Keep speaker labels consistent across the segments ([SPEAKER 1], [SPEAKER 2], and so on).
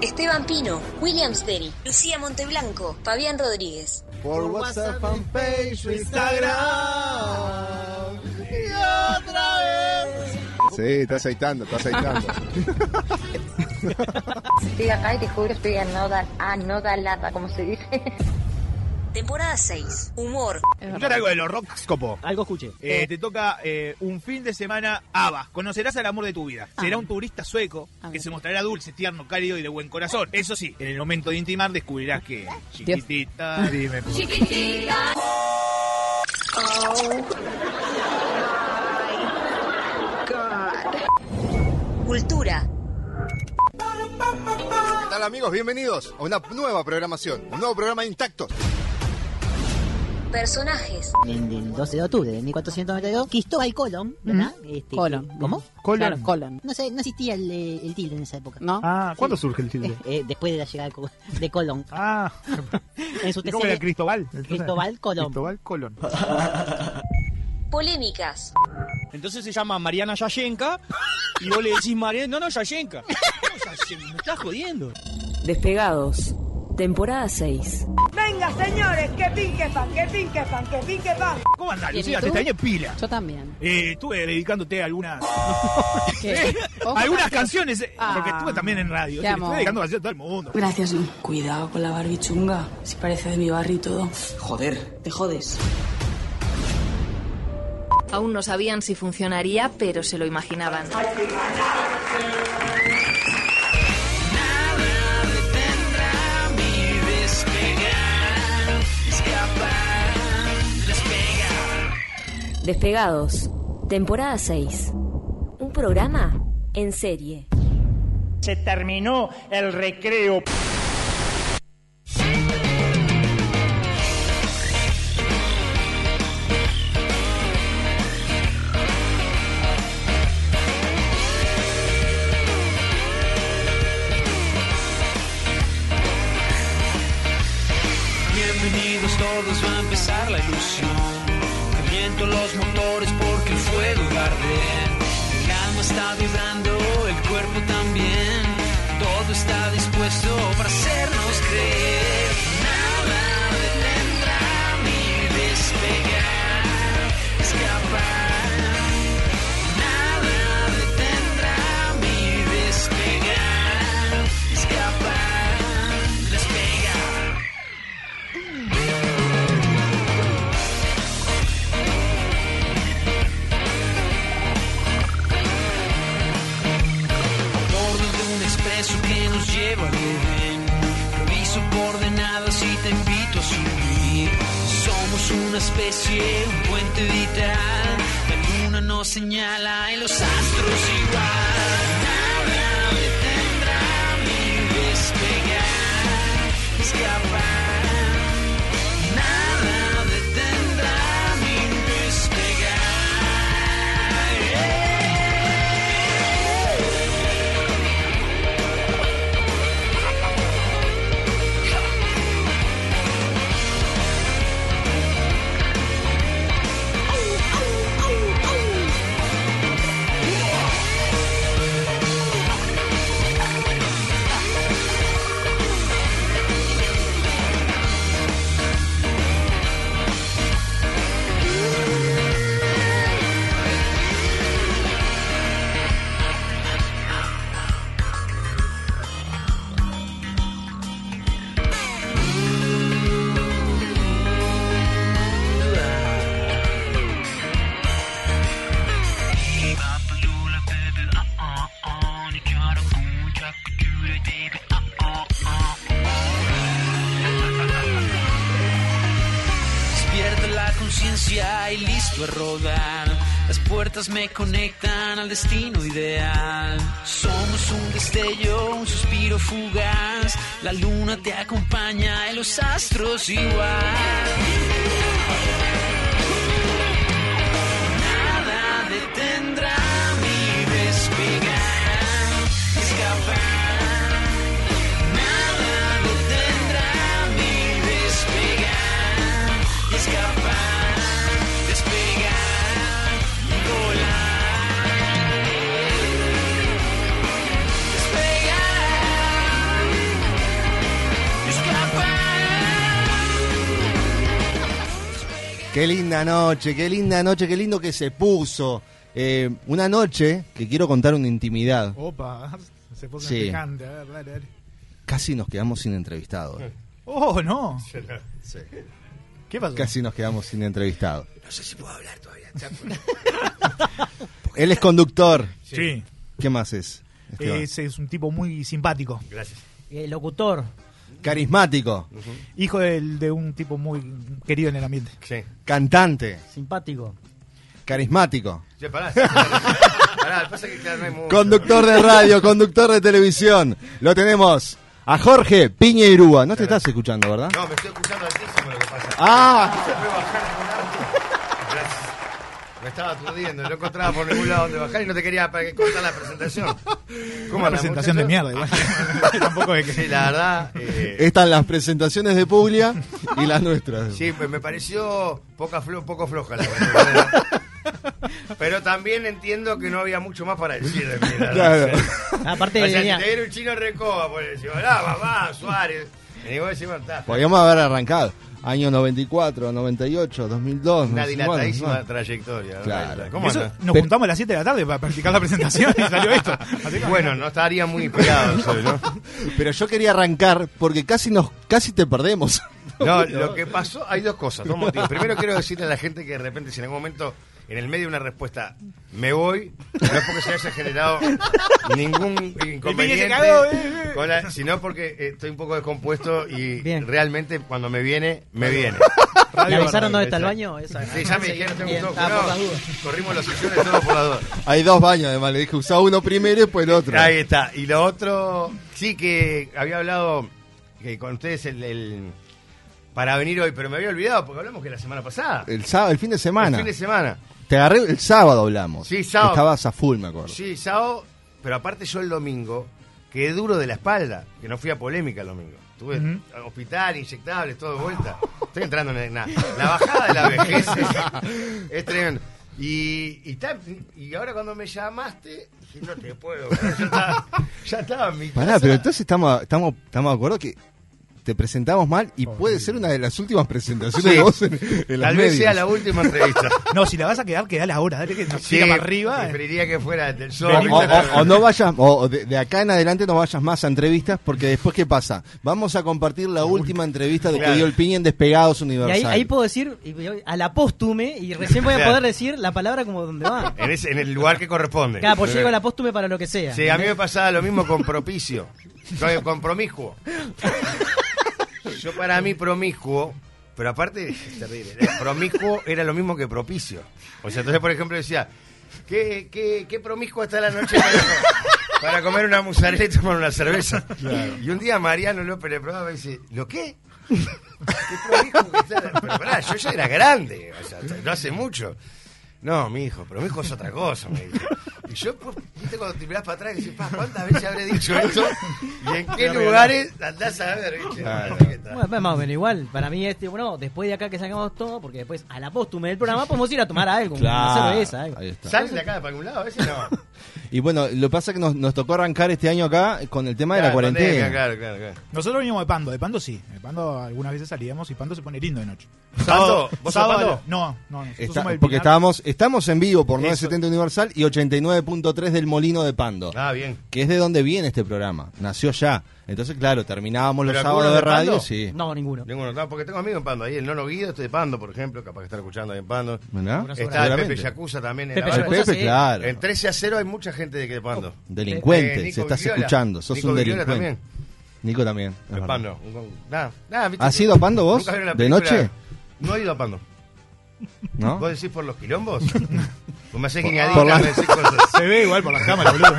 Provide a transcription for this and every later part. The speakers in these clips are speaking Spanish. [SPEAKER 1] Esteban Pino, Williams Deri, Lucía Monteblanco, Fabián Rodríguez.
[SPEAKER 2] Por WhatsApp, fanpage, Instagram. Y otra vez.
[SPEAKER 3] Sí, está aceitando, está aceitando.
[SPEAKER 4] estoy acá y te juro, estoy Ah, anodalada, como se dice.
[SPEAKER 1] Temporada 6. Humor.
[SPEAKER 5] Escuchar algo del horóscopo.
[SPEAKER 6] Algo escuché.
[SPEAKER 5] Eh, te toca eh, un fin de semana ABBA. Conocerás al amor de tu vida.
[SPEAKER 6] Ah.
[SPEAKER 5] Será un turista sueco que se mostrará dulce, tierno, cálido y de buen corazón. Eso sí, en el momento de intimar descubrirás que... Chiquitita, dime... por-
[SPEAKER 7] Chiquitita.
[SPEAKER 1] Cultura.
[SPEAKER 3] ¿Qué tal amigos? Bienvenidos a una nueva programación, un nuevo programa intacto.
[SPEAKER 1] Personajes.
[SPEAKER 8] En el 12 de octubre de 1492, Cristóbal Colón, ¿verdad? Este,
[SPEAKER 9] Colón.
[SPEAKER 8] ¿Cómo?
[SPEAKER 9] Colón. Claro,
[SPEAKER 8] Colón. No, sé, no existía el, eh, el tilde en esa época. ¿No?
[SPEAKER 9] Ah, ¿cuándo surge el tilde?
[SPEAKER 8] Eh, después de la llegada de Co- de Colón.
[SPEAKER 9] Ah.
[SPEAKER 8] En su
[SPEAKER 9] ¿Y cómo era
[SPEAKER 8] tercera-
[SPEAKER 9] Cristóbal?
[SPEAKER 8] Cristóbal Colón.
[SPEAKER 9] Cristóbal Colón.
[SPEAKER 1] Polémicas.
[SPEAKER 6] Entonces se llama Mariana Yashenka y vos le decís Mariana. No, no, Yashenka. Me estás jodiendo.
[SPEAKER 10] Despegados, temporada 6.
[SPEAKER 11] Venga, señores, que pinque pan, que pinque pan, que pinque pan.
[SPEAKER 5] ¿Cómo andás, Lucía? este Te extrañé pila.
[SPEAKER 9] Yo también.
[SPEAKER 5] Eh, estuve dedicándote a algunas...
[SPEAKER 9] ¿Qué? Ojo,
[SPEAKER 5] algunas
[SPEAKER 9] Martín.
[SPEAKER 5] canciones, eh,
[SPEAKER 9] Ah.
[SPEAKER 5] porque estuve también en radio.
[SPEAKER 9] Te
[SPEAKER 5] Sí, le
[SPEAKER 9] amo.
[SPEAKER 5] estuve dedicando canciones a todo el mundo.
[SPEAKER 12] Gracias, Lu. Cuidado con la barbichunga. Si parece de mi barrio y todo. Joder. Te jodes.
[SPEAKER 13] Aún no sabían si funcionaría, pero se lo imaginaban.
[SPEAKER 10] Despegados, temporada 6. Un programa en serie.
[SPEAKER 14] Se terminó el recreo.
[SPEAKER 15] Bienvenidos todos, va a empezar la ilusión. Caliento los motores porque el fuego arde. El alma está vibrando, el cuerpo también. Todo está dispuesto para hacernos creer. Nada detendrá mi despegar, escapar. Nada detendrá mi despegar, escapar, despegar. bordo de un expreso que nos lleva al Edén. Reviso coordenadas y te invito a subir. Somos una especie, un puente vital. La luna nos señala y los astros igual. Nada detendrá mi despegar, escapar. Nada detendrá mi despegar. Despierta la conciencia y listo a rodar.
[SPEAKER 10] Las puertas me conectan al destino ideal. Somos un destello, un suspiro fugaz. La luna te acompaña y los astros igual. Nada detendrá mi despegar, escapar. Nada detendrá mi despegar, escapar, despegar y volar. Despegar, escapar.
[SPEAKER 3] Qué linda noche, qué linda noche, qué lindo que se puso. Eh, una noche que quiero contar una intimidad.
[SPEAKER 16] Opa, se puso
[SPEAKER 3] Sí.
[SPEAKER 16] picante. A ver, dale, dale.
[SPEAKER 3] Casi nos quedamos sin entrevistado. eh.
[SPEAKER 16] Oh, no. ¿Qué pasó?
[SPEAKER 3] Casi nos quedamos sin entrevistado.
[SPEAKER 16] No sé si puedo hablar todavía.
[SPEAKER 3] Él es conductor.
[SPEAKER 16] Sí.
[SPEAKER 3] ¿Qué más es? Esteban?
[SPEAKER 16] Ese es un tipo muy simpático. Gracias.
[SPEAKER 9] Eh,
[SPEAKER 3] locutor. Carismático.
[SPEAKER 16] Hijo del- de un tipo muy querido en el ambiente.
[SPEAKER 3] Sí. Cantante.
[SPEAKER 8] Simpático.
[SPEAKER 3] Carismático.
[SPEAKER 17] Che, pará. pará, pasa que claro, no hay mucho.
[SPEAKER 3] Conductor de radio, conductor de televisión. Lo tenemos a Jorge Piña Irúa. No te estás escuchando, ¿verdad?
[SPEAKER 17] No, me estoy escuchando altísimo lo que pasa.
[SPEAKER 3] Ah.
[SPEAKER 17] Siempre bajar con alto. Gracias. Me estaba aturdiendo, no encontraba por ningún lado donde bajar y no te quería para que cortar la presentación.
[SPEAKER 16] Una
[SPEAKER 17] andás,
[SPEAKER 16] presentación de mierda,
[SPEAKER 17] Ah,
[SPEAKER 16] igual. Tampoco es que.
[SPEAKER 17] Sí, la verdad. eh,
[SPEAKER 3] Están las presentaciones de Puglia y las nuestras.
[SPEAKER 17] Sí, pues me pareció poca flo- poco floja la verdad. Pero también entiendo que no había mucho más para decir de mí, la verdad.
[SPEAKER 5] Ah,
[SPEAKER 8] Aparte
[SPEAKER 17] o sea,
[SPEAKER 8] venía-
[SPEAKER 17] si te viene un chino recoba, por decir, hola, mamá, Suárez. Y vos decís, bueno, está.
[SPEAKER 3] Podríamos haber arrancado. Año 94, 98, 2002.
[SPEAKER 17] Una
[SPEAKER 3] no sé
[SPEAKER 17] dilatadísima
[SPEAKER 3] cuándo, ¿no?
[SPEAKER 17] trayectoria. ¿no?
[SPEAKER 3] Claro.
[SPEAKER 17] ¿Cómo
[SPEAKER 16] Eso,
[SPEAKER 17] anda?
[SPEAKER 16] nos juntamos a las 7 de la tarde para practicar la presentación y salió esto. Así que-
[SPEAKER 17] Bueno, no estaría muy inspirado soy, ¿no?
[SPEAKER 3] Pero yo quería arrancar porque casi nos casi te perdemos.
[SPEAKER 17] No, lo que pasó, hay dos cosas, dos motivos. Primero quiero decirle a la gente que de repente, si en algún momento en el medio de una respuesta me voy, no es porque se haya generado ningún inconveniente,
[SPEAKER 18] cagó, eh, eh.
[SPEAKER 17] con la- sino porque eh, estoy un poco descompuesto y realmente cuando me viene, me viene.
[SPEAKER 8] ¿Le avisaron dónde está el baño? Esa-
[SPEAKER 17] Sí, ya me dijeron, tengo un
[SPEAKER 8] Bien,
[SPEAKER 17] toque,
[SPEAKER 8] está, por
[SPEAKER 17] no,
[SPEAKER 8] las dudas.
[SPEAKER 17] corrimos los sesiones todos por la duda.
[SPEAKER 3] Hay dos baños, además. Le dije, usa uno primero y después el otro.
[SPEAKER 17] Ahí está. Y lo otro, sí que había hablado que con ustedes el, el- para venir hoy, pero me había olvidado porque hablamos que la semana pasada.
[SPEAKER 3] El, sábado, el fin de semana.
[SPEAKER 17] El fin de semana.
[SPEAKER 3] Te agarré el sábado hablamos.
[SPEAKER 17] Sí, sábado.
[SPEAKER 3] Estabas a full, me acuerdo.
[SPEAKER 17] Sí, sábado, pero aparte yo el domingo quedé duro de la espalda, que no fui a polémica el domingo. Tuve
[SPEAKER 18] Ujú.
[SPEAKER 17] hospital, inyectables, todo de vuelta. Estoy entrando en nada. La bajada de la vejez es, es tremendo. Y, y, ta- y ahora cuando me llamaste, dije, no te puedo. Ya estaba, ya estaba en mi
[SPEAKER 3] Pará,
[SPEAKER 17] casa.
[SPEAKER 3] pero entonces estamos, estamos, estamos de acuerdo que te presentamos mal y puede ser una de las últimas presentaciones
[SPEAKER 17] Oh, Sí.
[SPEAKER 3] de vos en, en las
[SPEAKER 17] Tal vez sea
[SPEAKER 3] medias.
[SPEAKER 17] la última entrevista.
[SPEAKER 16] No, si la vas a quedar, quedala ahora. eh. Dale que nos tira para arriba.
[SPEAKER 17] Preferiría que fuera del
[SPEAKER 3] O,
[SPEAKER 17] sol.
[SPEAKER 3] o- o- o no vayas, o o de, de acá en adelante no vayas más a entrevistas, porque después, ¿qué pasa? Vamos a compartir la última entrevista de que
[SPEAKER 8] Claro.
[SPEAKER 3] dio el piña en Despegados
[SPEAKER 8] Y ahí,
[SPEAKER 3] Universal.
[SPEAKER 8] ahí puedo decir, y voy a la póstume, y recién voy a
[SPEAKER 17] Claro.
[SPEAKER 8] poder decir la palabra como donde va.
[SPEAKER 17] En, ese- en el lugar que corresponde.
[SPEAKER 8] Claro, pues llego a la póstume para lo que sea.
[SPEAKER 17] Sí, a mí me pasaba lo mismo con propicio. Yo, con promiscuo. Yo para mí promiscuo, pero aparte es terrible. ¿eh? Promiscuo era lo mismo que propicio. O sea, entonces, por ejemplo, decía, ¿qué, qué, qué promiscuo está la noche para, para comer una mozzarella y tomar una cerveza?
[SPEAKER 18] Claro.
[SPEAKER 17] Y un día Mariano López le probaba y dice, ¿lo qué? ¿Qué promiscuo que está la- Pero pará, yo ya era grande, o sea, no hace mucho. No, mi hijo, pero mi hijo es otra cosa, me dijo. Y yo, pues, viste, cuando te mirás para atrás y decís, pa, ¿cuántas veces habré dicho esto? ¿Y en qué
[SPEAKER 8] Claro.
[SPEAKER 17] lugares andás a ver? viste?
[SPEAKER 8] Claro.
[SPEAKER 17] ¿Qué tal?
[SPEAKER 8] Bueno, más o menos igual. Para mí, este, bueno, después de acá que sacamos todo, porque después a la póstume del programa podemos ir a tomar algo,
[SPEAKER 3] Claro,
[SPEAKER 8] una cerveza, algo.
[SPEAKER 3] ahí está.
[SPEAKER 17] ¿Salen de acá para algún lado? A veces no.
[SPEAKER 3] Y bueno, lo que pasa es que nos, nos tocó arrancar este año acá con el tema de la cuarentena.
[SPEAKER 17] Claro, claro, claro.
[SPEAKER 16] Nosotros veníamos de Pando, de Pando sí. De Pando algunas veces salíamos y Pando se pone lindo de noche.
[SPEAKER 17] Pando, ¿vos sos
[SPEAKER 16] sábado-
[SPEAKER 17] Pando?
[SPEAKER 16] No, no, no. nosotros
[SPEAKER 3] Está-
[SPEAKER 16] somos el
[SPEAKER 3] porque
[SPEAKER 16] Pinar.
[SPEAKER 3] estábamos, estamos en vivo por
[SPEAKER 16] Eso.
[SPEAKER 3] 970 Universal y 89.3 del Molino de Pando.
[SPEAKER 17] Ah, bien.
[SPEAKER 3] Que es de donde viene este programa. Nació ya. Entonces, claro, terminábamos los
[SPEAKER 17] ¿Pero
[SPEAKER 3] sábados
[SPEAKER 17] alguno
[SPEAKER 3] de
[SPEAKER 17] de Pando? Eh,
[SPEAKER 3] radio. Sí.
[SPEAKER 8] No, ninguno.
[SPEAKER 17] Ninguno, no, porque tengo amigos en Pando. Ahí el Nono Guido, estoy de Pando, por ejemplo, capaz que están escuchando ahí en Pando.
[SPEAKER 3] ¿Verdad?
[SPEAKER 17] Está el Pepe
[SPEAKER 3] Seguramente.
[SPEAKER 17] Yacuza también. En
[SPEAKER 3] Pepe
[SPEAKER 17] la barra.
[SPEAKER 3] Yacuza, Pepe, sí. claro.
[SPEAKER 17] En 13 a 0 hay mucha gente de que de Pando.
[SPEAKER 3] Delincuente,
[SPEAKER 17] Eh, Nico
[SPEAKER 3] se estás
[SPEAKER 17] Viviola.
[SPEAKER 3] escuchando. Sos
[SPEAKER 17] Nico
[SPEAKER 3] un
[SPEAKER 17] Viviola
[SPEAKER 3] delincuente.
[SPEAKER 17] también.
[SPEAKER 3] Nico también. es
[SPEAKER 17] De
[SPEAKER 3] verdad.
[SPEAKER 17] Pando. un con- Nada, nada, viste.
[SPEAKER 3] ¿Has ido a Pando vos?
[SPEAKER 17] Nunca vieron la
[SPEAKER 3] ¿De
[SPEAKER 17] película.
[SPEAKER 3] noche?
[SPEAKER 17] No he ido a Pando.
[SPEAKER 3] ¿No?
[SPEAKER 17] ¿Vos decís por los quilombos? Vos me hacés
[SPEAKER 3] Por-
[SPEAKER 17] guiñadita,
[SPEAKER 3] por la-
[SPEAKER 17] me decís cosas.
[SPEAKER 16] Se ve igual por las cámaras, boludo.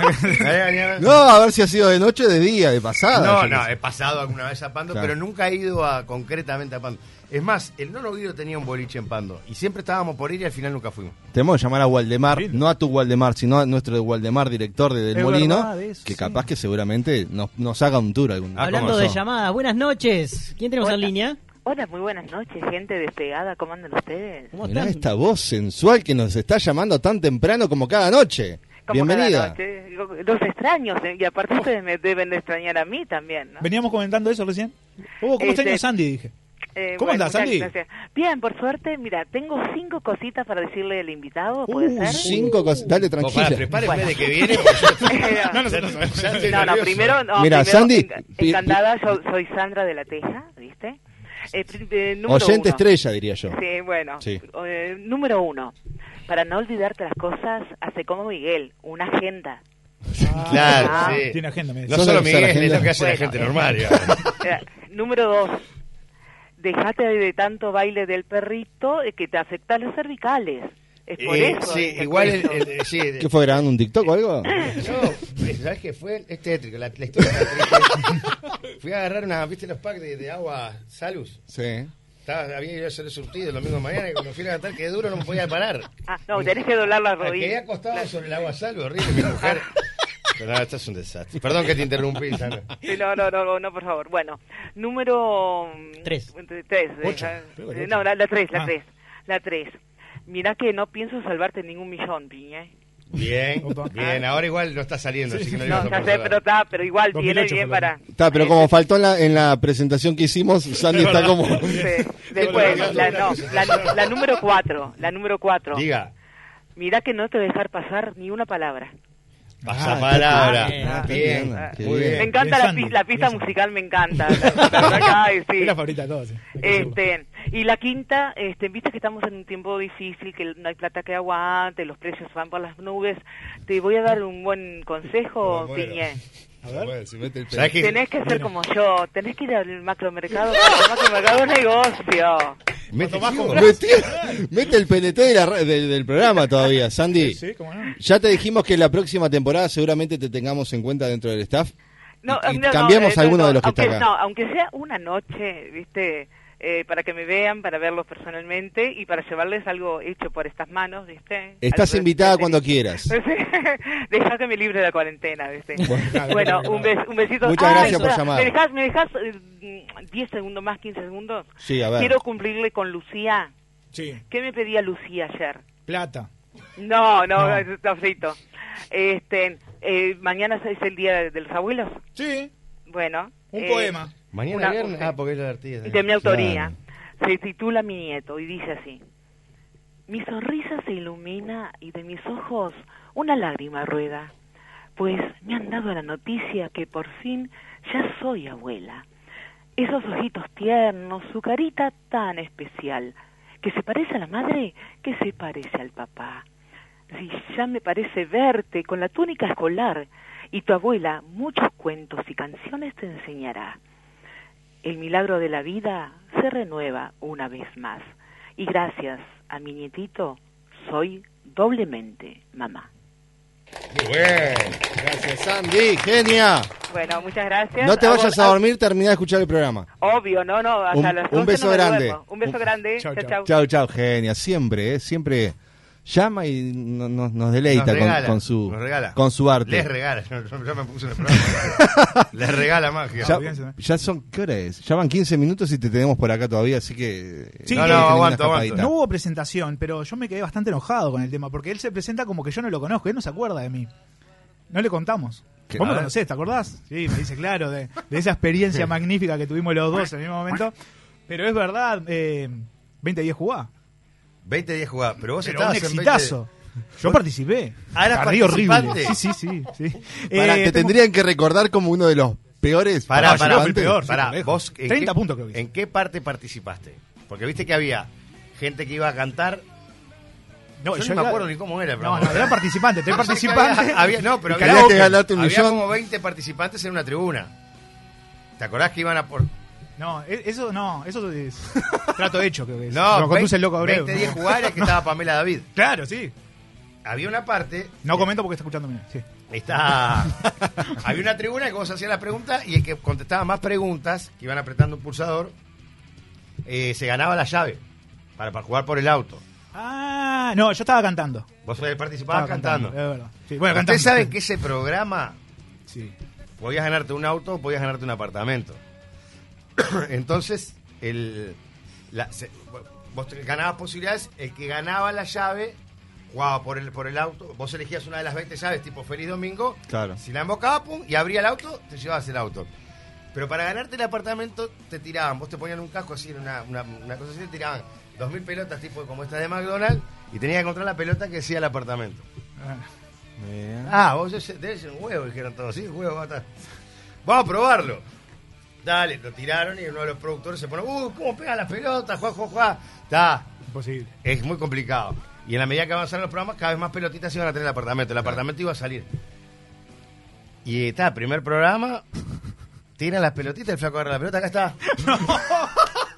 [SPEAKER 3] No, a ver si ha sido de noche, de día, de pasada.
[SPEAKER 17] No,
[SPEAKER 3] yo
[SPEAKER 17] no, eh.
[SPEAKER 3] qué sé.
[SPEAKER 17] he pasado alguna vez a Pando,
[SPEAKER 3] Claro.
[SPEAKER 17] pero nunca he ido a, concretamente a Pando. Es más, el Nono Guido tenía un boliche en Pando y siempre estábamos por ir y al final nunca fuimos.
[SPEAKER 3] Tenemos que llamar a Waldemar, no a tu Waldemar, sino a nuestro Waldemar, director de Del
[SPEAKER 17] Es
[SPEAKER 3] Molino,
[SPEAKER 17] verdad, eso, Ah,
[SPEAKER 3] que capaz que seguramente nos, nos haga un tour algún día.
[SPEAKER 8] Hablando de llamadas, buenas noches. ¿Quién tenemos en
[SPEAKER 4] Hola.
[SPEAKER 8] línea?
[SPEAKER 4] Hola, muy buenas noches, gente despegada. ¿Cómo andan ustedes?
[SPEAKER 8] ¿Cómo
[SPEAKER 3] Mirá esta voz sensual que nos está llamando tan temprano como cada noche.
[SPEAKER 4] Como cada
[SPEAKER 3] Bienvenida.
[SPEAKER 4] noche. Los extraños, eh, y aparte ustedes me deben de extrañar a mí también, ¿no?
[SPEAKER 16] Veníamos comentando eso recién. Oh, ¿Cómo
[SPEAKER 4] Este-
[SPEAKER 16] está Sandy? Dije.
[SPEAKER 4] Eh,
[SPEAKER 16] ¿Cómo andás,
[SPEAKER 4] muchas
[SPEAKER 16] Andy?
[SPEAKER 4] gracias. Bien, por suerte, mira, tengo cinco cositas para decirle al invitado, ¿puede
[SPEAKER 3] Uh,
[SPEAKER 4] ser?
[SPEAKER 3] cinco cosas. Dale,
[SPEAKER 17] Pará,
[SPEAKER 3] tranquila.
[SPEAKER 17] prepáreme de que viene.
[SPEAKER 4] no, no, no,
[SPEAKER 17] nervioso.
[SPEAKER 4] primero, no,
[SPEAKER 3] Mira,
[SPEAKER 4] primero,
[SPEAKER 3] Sandy,
[SPEAKER 4] enca-
[SPEAKER 3] pi-
[SPEAKER 4] encantada, yo soy Sandra de la Teja, ¿viste? Eh, pri- eh, número
[SPEAKER 3] Oyente
[SPEAKER 4] uno.
[SPEAKER 3] estrella, diría yo.
[SPEAKER 4] Sí, bueno.
[SPEAKER 3] Sí.
[SPEAKER 4] Eh, número uno, para no olvidarte las cosas, hace como Miguel, una agenda.
[SPEAKER 17] Claro,
[SPEAKER 4] Ah.
[SPEAKER 17] sí.
[SPEAKER 16] Tiene agenda, me dice.
[SPEAKER 17] No solo
[SPEAKER 16] ¿Sos de usar
[SPEAKER 17] Miguel, es
[SPEAKER 16] agenda?
[SPEAKER 17] lo que hace la gente normal. digamos.
[SPEAKER 4] Eh, número dos, dejate de tanto baile del perrito eh, que te afecta a los cervicales. Es por
[SPEAKER 17] Eh,
[SPEAKER 4] eso.
[SPEAKER 17] sí,
[SPEAKER 4] es por
[SPEAKER 17] igual
[SPEAKER 4] eso.
[SPEAKER 17] el- el- sí, de-
[SPEAKER 3] ¿Qué fue grabando un TikTok o algo?
[SPEAKER 17] No, pues, ¿sabes qué fue? Es tétrico, la, la historia está triste. Fui a agarrar una, ¿viste los packs de, de agua Salus?
[SPEAKER 3] Sí.
[SPEAKER 17] Estaba, había ido a hacer el surtido el domingo de mañana y cuando fui a levantar quedé duro, no me podía parar.
[SPEAKER 4] Ah, no, tenés que doblar las
[SPEAKER 17] Me Quedé
[SPEAKER 4] rodillas.
[SPEAKER 17] acostado sobre el agua Salus, horrible, mi mujer. Pero nada, esto es un desastre. Perdón que te interrumpí, Sandra.
[SPEAKER 4] Sí, no, no, no, no, por favor. Bueno, número... mm,
[SPEAKER 17] Tres.
[SPEAKER 4] Tres.
[SPEAKER 17] Ocho.
[SPEAKER 4] eh,
[SPEAKER 17] Creo que
[SPEAKER 4] eh,
[SPEAKER 17] ocho.
[SPEAKER 4] no, la, la tres, la
[SPEAKER 17] Ah.
[SPEAKER 4] tres. La tres. Mirá que no pienso salvarte ningún millón, piña. ¿eh?
[SPEAKER 17] Bien, bien. Ahora igual no está saliendo, así que no le
[SPEAKER 4] No,
[SPEAKER 17] vas a
[SPEAKER 4] ya
[SPEAKER 17] poder
[SPEAKER 4] sé,
[SPEAKER 17] dar.
[SPEAKER 4] pero está, pero igual viene
[SPEAKER 17] 2008
[SPEAKER 4] bien
[SPEAKER 17] fue la-
[SPEAKER 4] para...
[SPEAKER 3] Está, pero como faltó en la, en la presentación que hicimos, Sandy está como...
[SPEAKER 4] Sí. Después, la, no, la, la número cuatro, la número cuatro.
[SPEAKER 17] Diga.
[SPEAKER 4] Mirá que no te voy a dejar pasar ni una palabra.
[SPEAKER 17] Pasapalabra.
[SPEAKER 3] Ah, está bien,
[SPEAKER 17] bien,
[SPEAKER 3] ah, qué
[SPEAKER 17] muy
[SPEAKER 3] bien.
[SPEAKER 17] bien.
[SPEAKER 4] Me encanta la, pi- la pista musical, me encanta. La- la verdad que, sí.
[SPEAKER 16] Es la favorita de todos. sí.
[SPEAKER 4] Este, y la quinta, este, viste que estamos en un tiempo difícil, que no hay plata que aguante, los precios van por las nubes. Te voy a dar un buen consejo,
[SPEAKER 3] Me muero.
[SPEAKER 4] Piñé.
[SPEAKER 17] ¿Sabes qué?
[SPEAKER 4] Tenés que ser como yo, tenés que ir al macromercado, porque el macromercado es negocio.
[SPEAKER 17] Mete,
[SPEAKER 3] Metí- mete el PNT de la ra- del, del programa todavía, Sandy. Ya te dijimos que la próxima temporada seguramente te tengamos en cuenta dentro del staff.
[SPEAKER 4] No,
[SPEAKER 3] Y- y
[SPEAKER 4] no, no,
[SPEAKER 3] cambiamos
[SPEAKER 4] eh,
[SPEAKER 3] alguno
[SPEAKER 4] no,
[SPEAKER 3] de los que está
[SPEAKER 4] aunque-
[SPEAKER 3] acá.
[SPEAKER 4] No, aunque sea una noche, viste, eh, para que me vean, para verlos personalmente y para llevarles algo hecho por estas manos, viste.
[SPEAKER 3] Estás
[SPEAKER 4] Algo-
[SPEAKER 3] invitada cuando quieras.
[SPEAKER 4] Dejá que me libre de la cuarentena, viste.
[SPEAKER 3] Bueno,
[SPEAKER 4] Bueno, un, bes- un besito.
[SPEAKER 3] Muchas
[SPEAKER 4] Ay,
[SPEAKER 3] gracias por
[SPEAKER 4] espera,
[SPEAKER 3] llamar.
[SPEAKER 4] ¿Me dejas, me dejas eh, mm, 10 segundos más, 15 segundos?
[SPEAKER 3] Sí, a ver.
[SPEAKER 4] Quiero cumplirle con Lucía.
[SPEAKER 16] Sí.
[SPEAKER 4] ¿Qué me pedía Lucía ayer?
[SPEAKER 16] Plata.
[SPEAKER 4] No, no,
[SPEAKER 16] No.
[SPEAKER 4] está frito. Este, eh, mañana es el día de los abuelos.
[SPEAKER 16] Sí.
[SPEAKER 4] Bueno.
[SPEAKER 16] Un
[SPEAKER 4] eh,
[SPEAKER 16] poema.
[SPEAKER 17] Mañana
[SPEAKER 4] una-
[SPEAKER 17] viernes. Ah, porque es la de artista.
[SPEAKER 4] de mi autoría. Se titula Mi nieto y dice así. Mi sonrisa se ilumina y de mis ojos una lágrima rueda, pues me han dado la noticia que por fin ya soy abuela. Esos ojitos tiernos, su carita tan especial, que se parece a la madre, que se parece al papá. Si ya me parece verte con la túnica escolar y tu abuela muchos cuentos y canciones te enseñará. El milagro de la vida se renueva una vez más. Y gracias a mi nietito, soy doblemente mamá.
[SPEAKER 17] Muy bueno.
[SPEAKER 3] Gracias, Sandy. Genia.
[SPEAKER 4] Bueno, muchas gracias.
[SPEAKER 3] No te
[SPEAKER 4] vos-
[SPEAKER 3] vayas a dormir, termina de escuchar el programa.
[SPEAKER 4] Obvio, no, no, hasta
[SPEAKER 3] Un-
[SPEAKER 4] las
[SPEAKER 3] un
[SPEAKER 4] 12
[SPEAKER 3] beso
[SPEAKER 4] no me
[SPEAKER 3] grande.
[SPEAKER 4] duermo. Un beso grande. Chao, chao.
[SPEAKER 3] Chau, chau, genia. Siempre, eh, siempre llama y no- no- nos deleita
[SPEAKER 17] Nos
[SPEAKER 3] con-
[SPEAKER 17] regala,
[SPEAKER 3] con, su,
[SPEAKER 17] nos regala.
[SPEAKER 3] con su arte.
[SPEAKER 17] Les regala. Yo, yo- yo me puse en el programa. Les regala magia.
[SPEAKER 3] Ya, ya son, ¿qué hora es? Ya van 15 minutos y te tenemos por acá todavía, así que...
[SPEAKER 16] Sí,
[SPEAKER 3] eh,
[SPEAKER 16] no,
[SPEAKER 3] tenés una
[SPEAKER 17] aguanto,
[SPEAKER 3] escapadita.
[SPEAKER 16] No hubo presentación, pero yo me quedé bastante enojado con el tema, porque él se presenta como que yo no lo conozco, él no se acuerda de mí. No le contamos.
[SPEAKER 3] ¿Qué?
[SPEAKER 16] Vos
[SPEAKER 3] A
[SPEAKER 16] me
[SPEAKER 3] ver.
[SPEAKER 16] conocés, ¿te acordás? Sí, me dice, claro, de, de esa experiencia magnífica que tuvimos los dos en el mismo momento. Pero es verdad, eh, 20-10 jugá.
[SPEAKER 17] 20 días jugadas. Pero vos
[SPEAKER 16] Pero un
[SPEAKER 17] estabas en 20
[SPEAKER 16] exitazo. Yo participé.
[SPEAKER 17] Ah, eras
[SPEAKER 16] Tardí horrible.
[SPEAKER 17] participante.
[SPEAKER 16] Sí, sí, sí. sí.
[SPEAKER 3] Pará,
[SPEAKER 16] Eh,
[SPEAKER 3] te
[SPEAKER 16] tengo-
[SPEAKER 3] tendrían que recordar como uno de los peores.
[SPEAKER 17] Pará,
[SPEAKER 3] participantes.
[SPEAKER 17] pará, pará, vos, ¿en
[SPEAKER 16] 30
[SPEAKER 17] qué,
[SPEAKER 16] puntos creo que
[SPEAKER 17] ¿En qué parte participaste? Porque viste que había gente que iba a cantar.
[SPEAKER 16] No,
[SPEAKER 17] yo,
[SPEAKER 16] yo
[SPEAKER 17] no me
[SPEAKER 16] era-
[SPEAKER 17] acuerdo ni cómo era. el
[SPEAKER 16] No,
[SPEAKER 17] programa.
[SPEAKER 16] no, era participante, estoy
[SPEAKER 17] Yo sé que
[SPEAKER 16] participante.
[SPEAKER 17] Había, había- no, pero
[SPEAKER 3] Y
[SPEAKER 17] había,
[SPEAKER 3] tenías que ganarte un
[SPEAKER 17] había
[SPEAKER 3] millón.
[SPEAKER 17] como 20 participantes en una tribuna. ¿Te acordás que iban a por
[SPEAKER 5] No, e- eso no, eso es trato hecho, creo que es.
[SPEAKER 17] No,
[SPEAKER 5] Lo conduce el loco Abreu.
[SPEAKER 17] Abreu. 20 10
[SPEAKER 5] ¿no?
[SPEAKER 17] jugadas que estaba Pamela David.
[SPEAKER 5] Claro, sí.
[SPEAKER 17] Había una parte,
[SPEAKER 5] No comento porque está escuchando. mira, Sí.
[SPEAKER 17] está había una tribuna que vos hacías la pregunta y el que contestaba más preguntas, que iban apretando un pulsador, eh, se ganaba la llave para, para jugar por el auto.
[SPEAKER 5] Ah, no, yo estaba cantando.
[SPEAKER 17] Vos sos el participante
[SPEAKER 5] Estaba
[SPEAKER 17] cantando.
[SPEAKER 5] cantando, es verdad. Sí, bueno,
[SPEAKER 17] Ustedes
[SPEAKER 5] cantando.
[SPEAKER 17] saben que ese programa
[SPEAKER 5] Sí.
[SPEAKER 17] podías ganarte un auto o podías ganarte un apartamento. Entonces, el, la- se- vos te- ganabas posibilidades, el que ganaba la llave jugaba por el, por el auto, vos elegías una de las 20 llaves, tipo Feliz Domingo,
[SPEAKER 3] Claro.
[SPEAKER 17] si la embocaba, pum, y abría el auto, te llevabas el auto. Pero para ganarte el apartamento te tiraban, vos te ponían un casco así, en una, una, una cosa así, te tiraban dos mil pelotas, tipo como esta de McDonald's, y tenías que encontrar la pelota que decía el apartamento. Ah, vos ese- debe ser un huevo, dijeron todos. Sí, huevo, va a estar. Vamos a probarlo. Dale, lo tiraron y uno de los productores se pone, uy, ¿cómo pega la pelota? Juá, juá, juá. Está.
[SPEAKER 5] Imposible.
[SPEAKER 17] Es muy complicado. Y en la medida que avanzaron los programas, cada vez más pelotitas iban a tener el apartamento. El apartamento iba a salir. Y está, primer programa, tiran las pelotitas, el flaco agarra la pelota, acá está.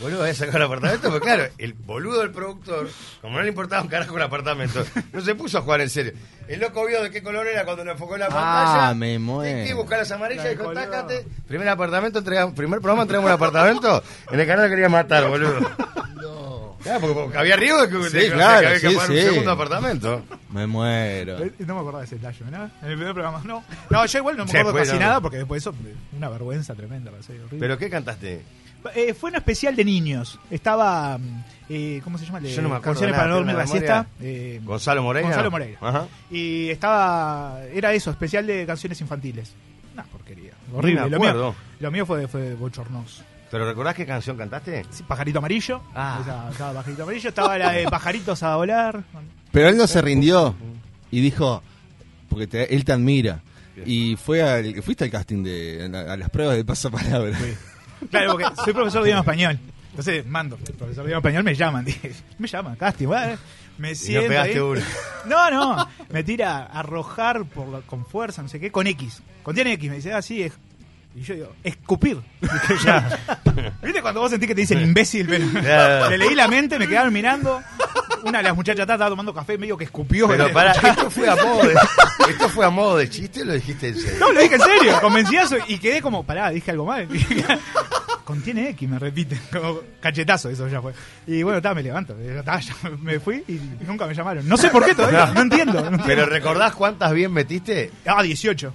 [SPEAKER 17] Boludo, voy a sacar el apartamento, pero claro, el boludo del productor, como no le importaba un carajo el apartamento, no se puso a jugar en serio. El loco vio de qué color era cuando lo enfocó en la pantalla.
[SPEAKER 3] Ah, me muero.
[SPEAKER 17] Sí, sí, buscar las amarillas, dijo, tácate. Primer apartamento, entregamos, primer programa entregamos un apartamento. En el canal lo quería matar, boludo. Claro, porque, porque había riesgo de que,
[SPEAKER 3] Sí,
[SPEAKER 17] de que-
[SPEAKER 3] claro,
[SPEAKER 17] de que había que
[SPEAKER 3] sí,
[SPEAKER 17] pagar
[SPEAKER 3] sí.
[SPEAKER 17] un segundo apartamento.
[SPEAKER 3] Me muero.
[SPEAKER 5] Eh, No me acordaba de ese detalle, ¿no? En el primer programa, no. No, yo igual no me
[SPEAKER 3] Sí,
[SPEAKER 5] acuerdo
[SPEAKER 3] fue,
[SPEAKER 5] casi
[SPEAKER 3] no, no.
[SPEAKER 5] nada porque después eso, una vergüenza tremenda, para ser horrible.
[SPEAKER 17] ¿Pero qué cantaste?
[SPEAKER 5] Eh, fue un especial de niños. Estaba. mm, eh, ¿Cómo se llama? El de
[SPEAKER 17] Yo no me acuerdo.
[SPEAKER 5] Canciones
[SPEAKER 17] nada,
[SPEAKER 5] para no
[SPEAKER 17] tengo
[SPEAKER 5] dormir la
[SPEAKER 17] memoria.
[SPEAKER 5] siesta. Eh,
[SPEAKER 17] Gonzalo Moreira.
[SPEAKER 5] Gonzalo Moreira.
[SPEAKER 17] Ajá.
[SPEAKER 5] y estaba. Era eso, especial de canciones infantiles. Una porquería. Horrible.
[SPEAKER 17] Ni me
[SPEAKER 5] Lo mío,
[SPEAKER 17] acuerdo.
[SPEAKER 5] lo mío fue, fue bochornoso.
[SPEAKER 17] ¿Pero recordás qué canción cantaste?
[SPEAKER 5] Pajarito Amarillo.
[SPEAKER 17] Ah.
[SPEAKER 5] Esa- estaba Pajarito Amarillo. Estaba la de Pajaritos a volar.
[SPEAKER 3] Pero él no se rindió y dijo, porque te- él te admira. Y fue al, fuiste al casting de a, a las pruebas de pasapalabra.
[SPEAKER 5] Claro, porque soy profesor de idioma español. Entonces mando, profesor de idioma español me llaman, dije, me llaman, casting, bueno, me siento.
[SPEAKER 17] pegaste
[SPEAKER 5] ahí.
[SPEAKER 17] uno.
[SPEAKER 5] No, no, me tira a arrojar por la- con fuerza, no sé qué, con X. Contiene X, me dice, ah, sí, es. Y yo digo, escupir. Dije, ya. ¿Viste cuando vos sentís que te dicen imbécil? Pero-
[SPEAKER 17] Claro.
[SPEAKER 5] Le leí la mente, me quedaron mirando. Una de las muchachas estaba tomando café, medio que escupió.
[SPEAKER 17] Pero
[SPEAKER 5] Le-
[SPEAKER 17] para, esto fue a modo de, esto fue a modo de chiste o lo dijiste en serio.
[SPEAKER 5] No, lo dije en serio, convencidazo. Y quedé como, pará, dije algo mal. Contiene X, me repiten. Como cachetazo, eso ya fue. Y bueno, está, me levanto. Ya está, ya me fui y nunca me llamaron. No sé por qué todavía, no, entiendo. no entiendo.
[SPEAKER 17] Pero ¿recordás cuántas bien metiste?
[SPEAKER 5] Ah, 18.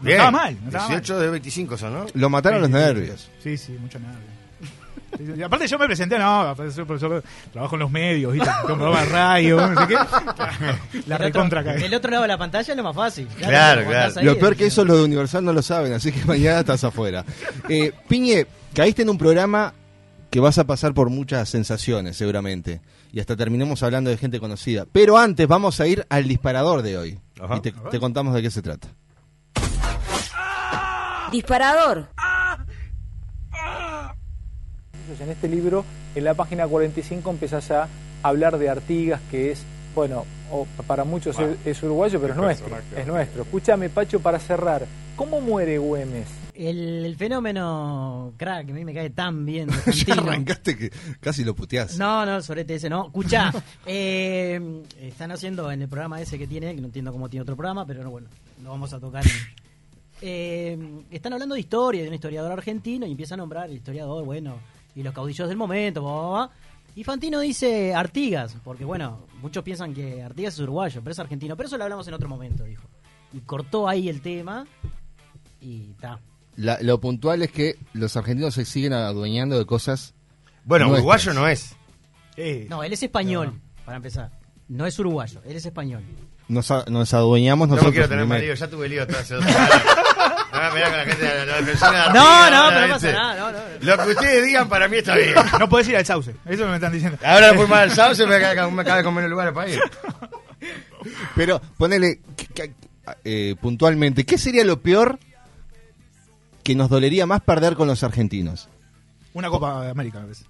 [SPEAKER 5] No
[SPEAKER 17] Bien.
[SPEAKER 5] estaba mal, no estaba mal.
[SPEAKER 17] 18 de 25 son, ¿no?
[SPEAKER 3] Lo mataron los nervios.
[SPEAKER 5] Sí, sí, mucho nervio. Y aparte yo me presenté, no, soy profesor, trabajo en los medios, ¿viste? Tengo un programa de radio, no sé qué. La
[SPEAKER 8] El otro-
[SPEAKER 5] recontra cagué.
[SPEAKER 8] El otro lado de la pantalla es lo más fácil. como andás ahí,
[SPEAKER 3] Lo peor que eso los de Universal no lo saben, así que mañana estás afuera. Eh, Piñe, caíste en un programa que vas a pasar por muchas sensaciones, seguramente. Y hasta terminemos hablando de gente conocida. Pero antes vamos a ir al disparador de hoy. Y te, te contamos de qué se trata.
[SPEAKER 1] Disparador.
[SPEAKER 19] Entonces, En este libro, en la página 45, empezás a hablar de Artigas, que es, bueno, o para muchos es, es uruguayo, pero es nuestro. Es nuestro. Escúchame, Pacho, para cerrar. ¿Cómo muere Güemes?
[SPEAKER 8] El, el fenómeno crack, que a mí me cae tan bien. Fantino.
[SPEAKER 3] Arrancaste que casi lo puteás.
[SPEAKER 8] No, no, sorete ese no. Escuchá, eh, están haciendo en el programa ese que tiene, que no entiendo cómo tiene otro programa, pero no, bueno, lo vamos a tocar. Eh, están hablando de historia, de un historiador argentino, y empieza a nombrar el historiador, bueno, y los caudillos del momento, bla, bla, bla. Y Fantino dice Artigas, porque bueno, muchos piensan que Artigas es uruguayo, pero es argentino, pero eso lo hablamos en otro momento, dijo. Y cortó ahí el tema y ta.
[SPEAKER 3] La- lo puntual es que los argentinos se siguen adueñando de cosas.
[SPEAKER 17] Bueno,
[SPEAKER 3] nuestras.
[SPEAKER 17] uruguayo no es. Eh,
[SPEAKER 8] No, él es español, para empezar. No es uruguayo, él es español.
[SPEAKER 3] Nos, a- nos adueñamos
[SPEAKER 17] No me
[SPEAKER 3] nosotros.
[SPEAKER 17] quiero tener más
[SPEAKER 3] primero.
[SPEAKER 17] lío, ya tuve lío todas esas Ah, mirá con la gente, la- la persona-
[SPEAKER 5] No, no,
[SPEAKER 17] ahora,
[SPEAKER 5] pero no
[SPEAKER 17] ¿viste?
[SPEAKER 5] pasa nada, no, no.
[SPEAKER 17] Lo que ustedes digan para mí está bien.
[SPEAKER 5] No podés ir al sauce, eso me están diciendo.
[SPEAKER 17] Ahora voy más al sauce, me acaba me acaba de comer el lugar para ir.
[SPEAKER 3] Pero ponele que- que- eh, puntualmente, ¿qué sería lo peor que nos dolería más perder con los argentinos?
[SPEAKER 5] Una Copa de América, me parece.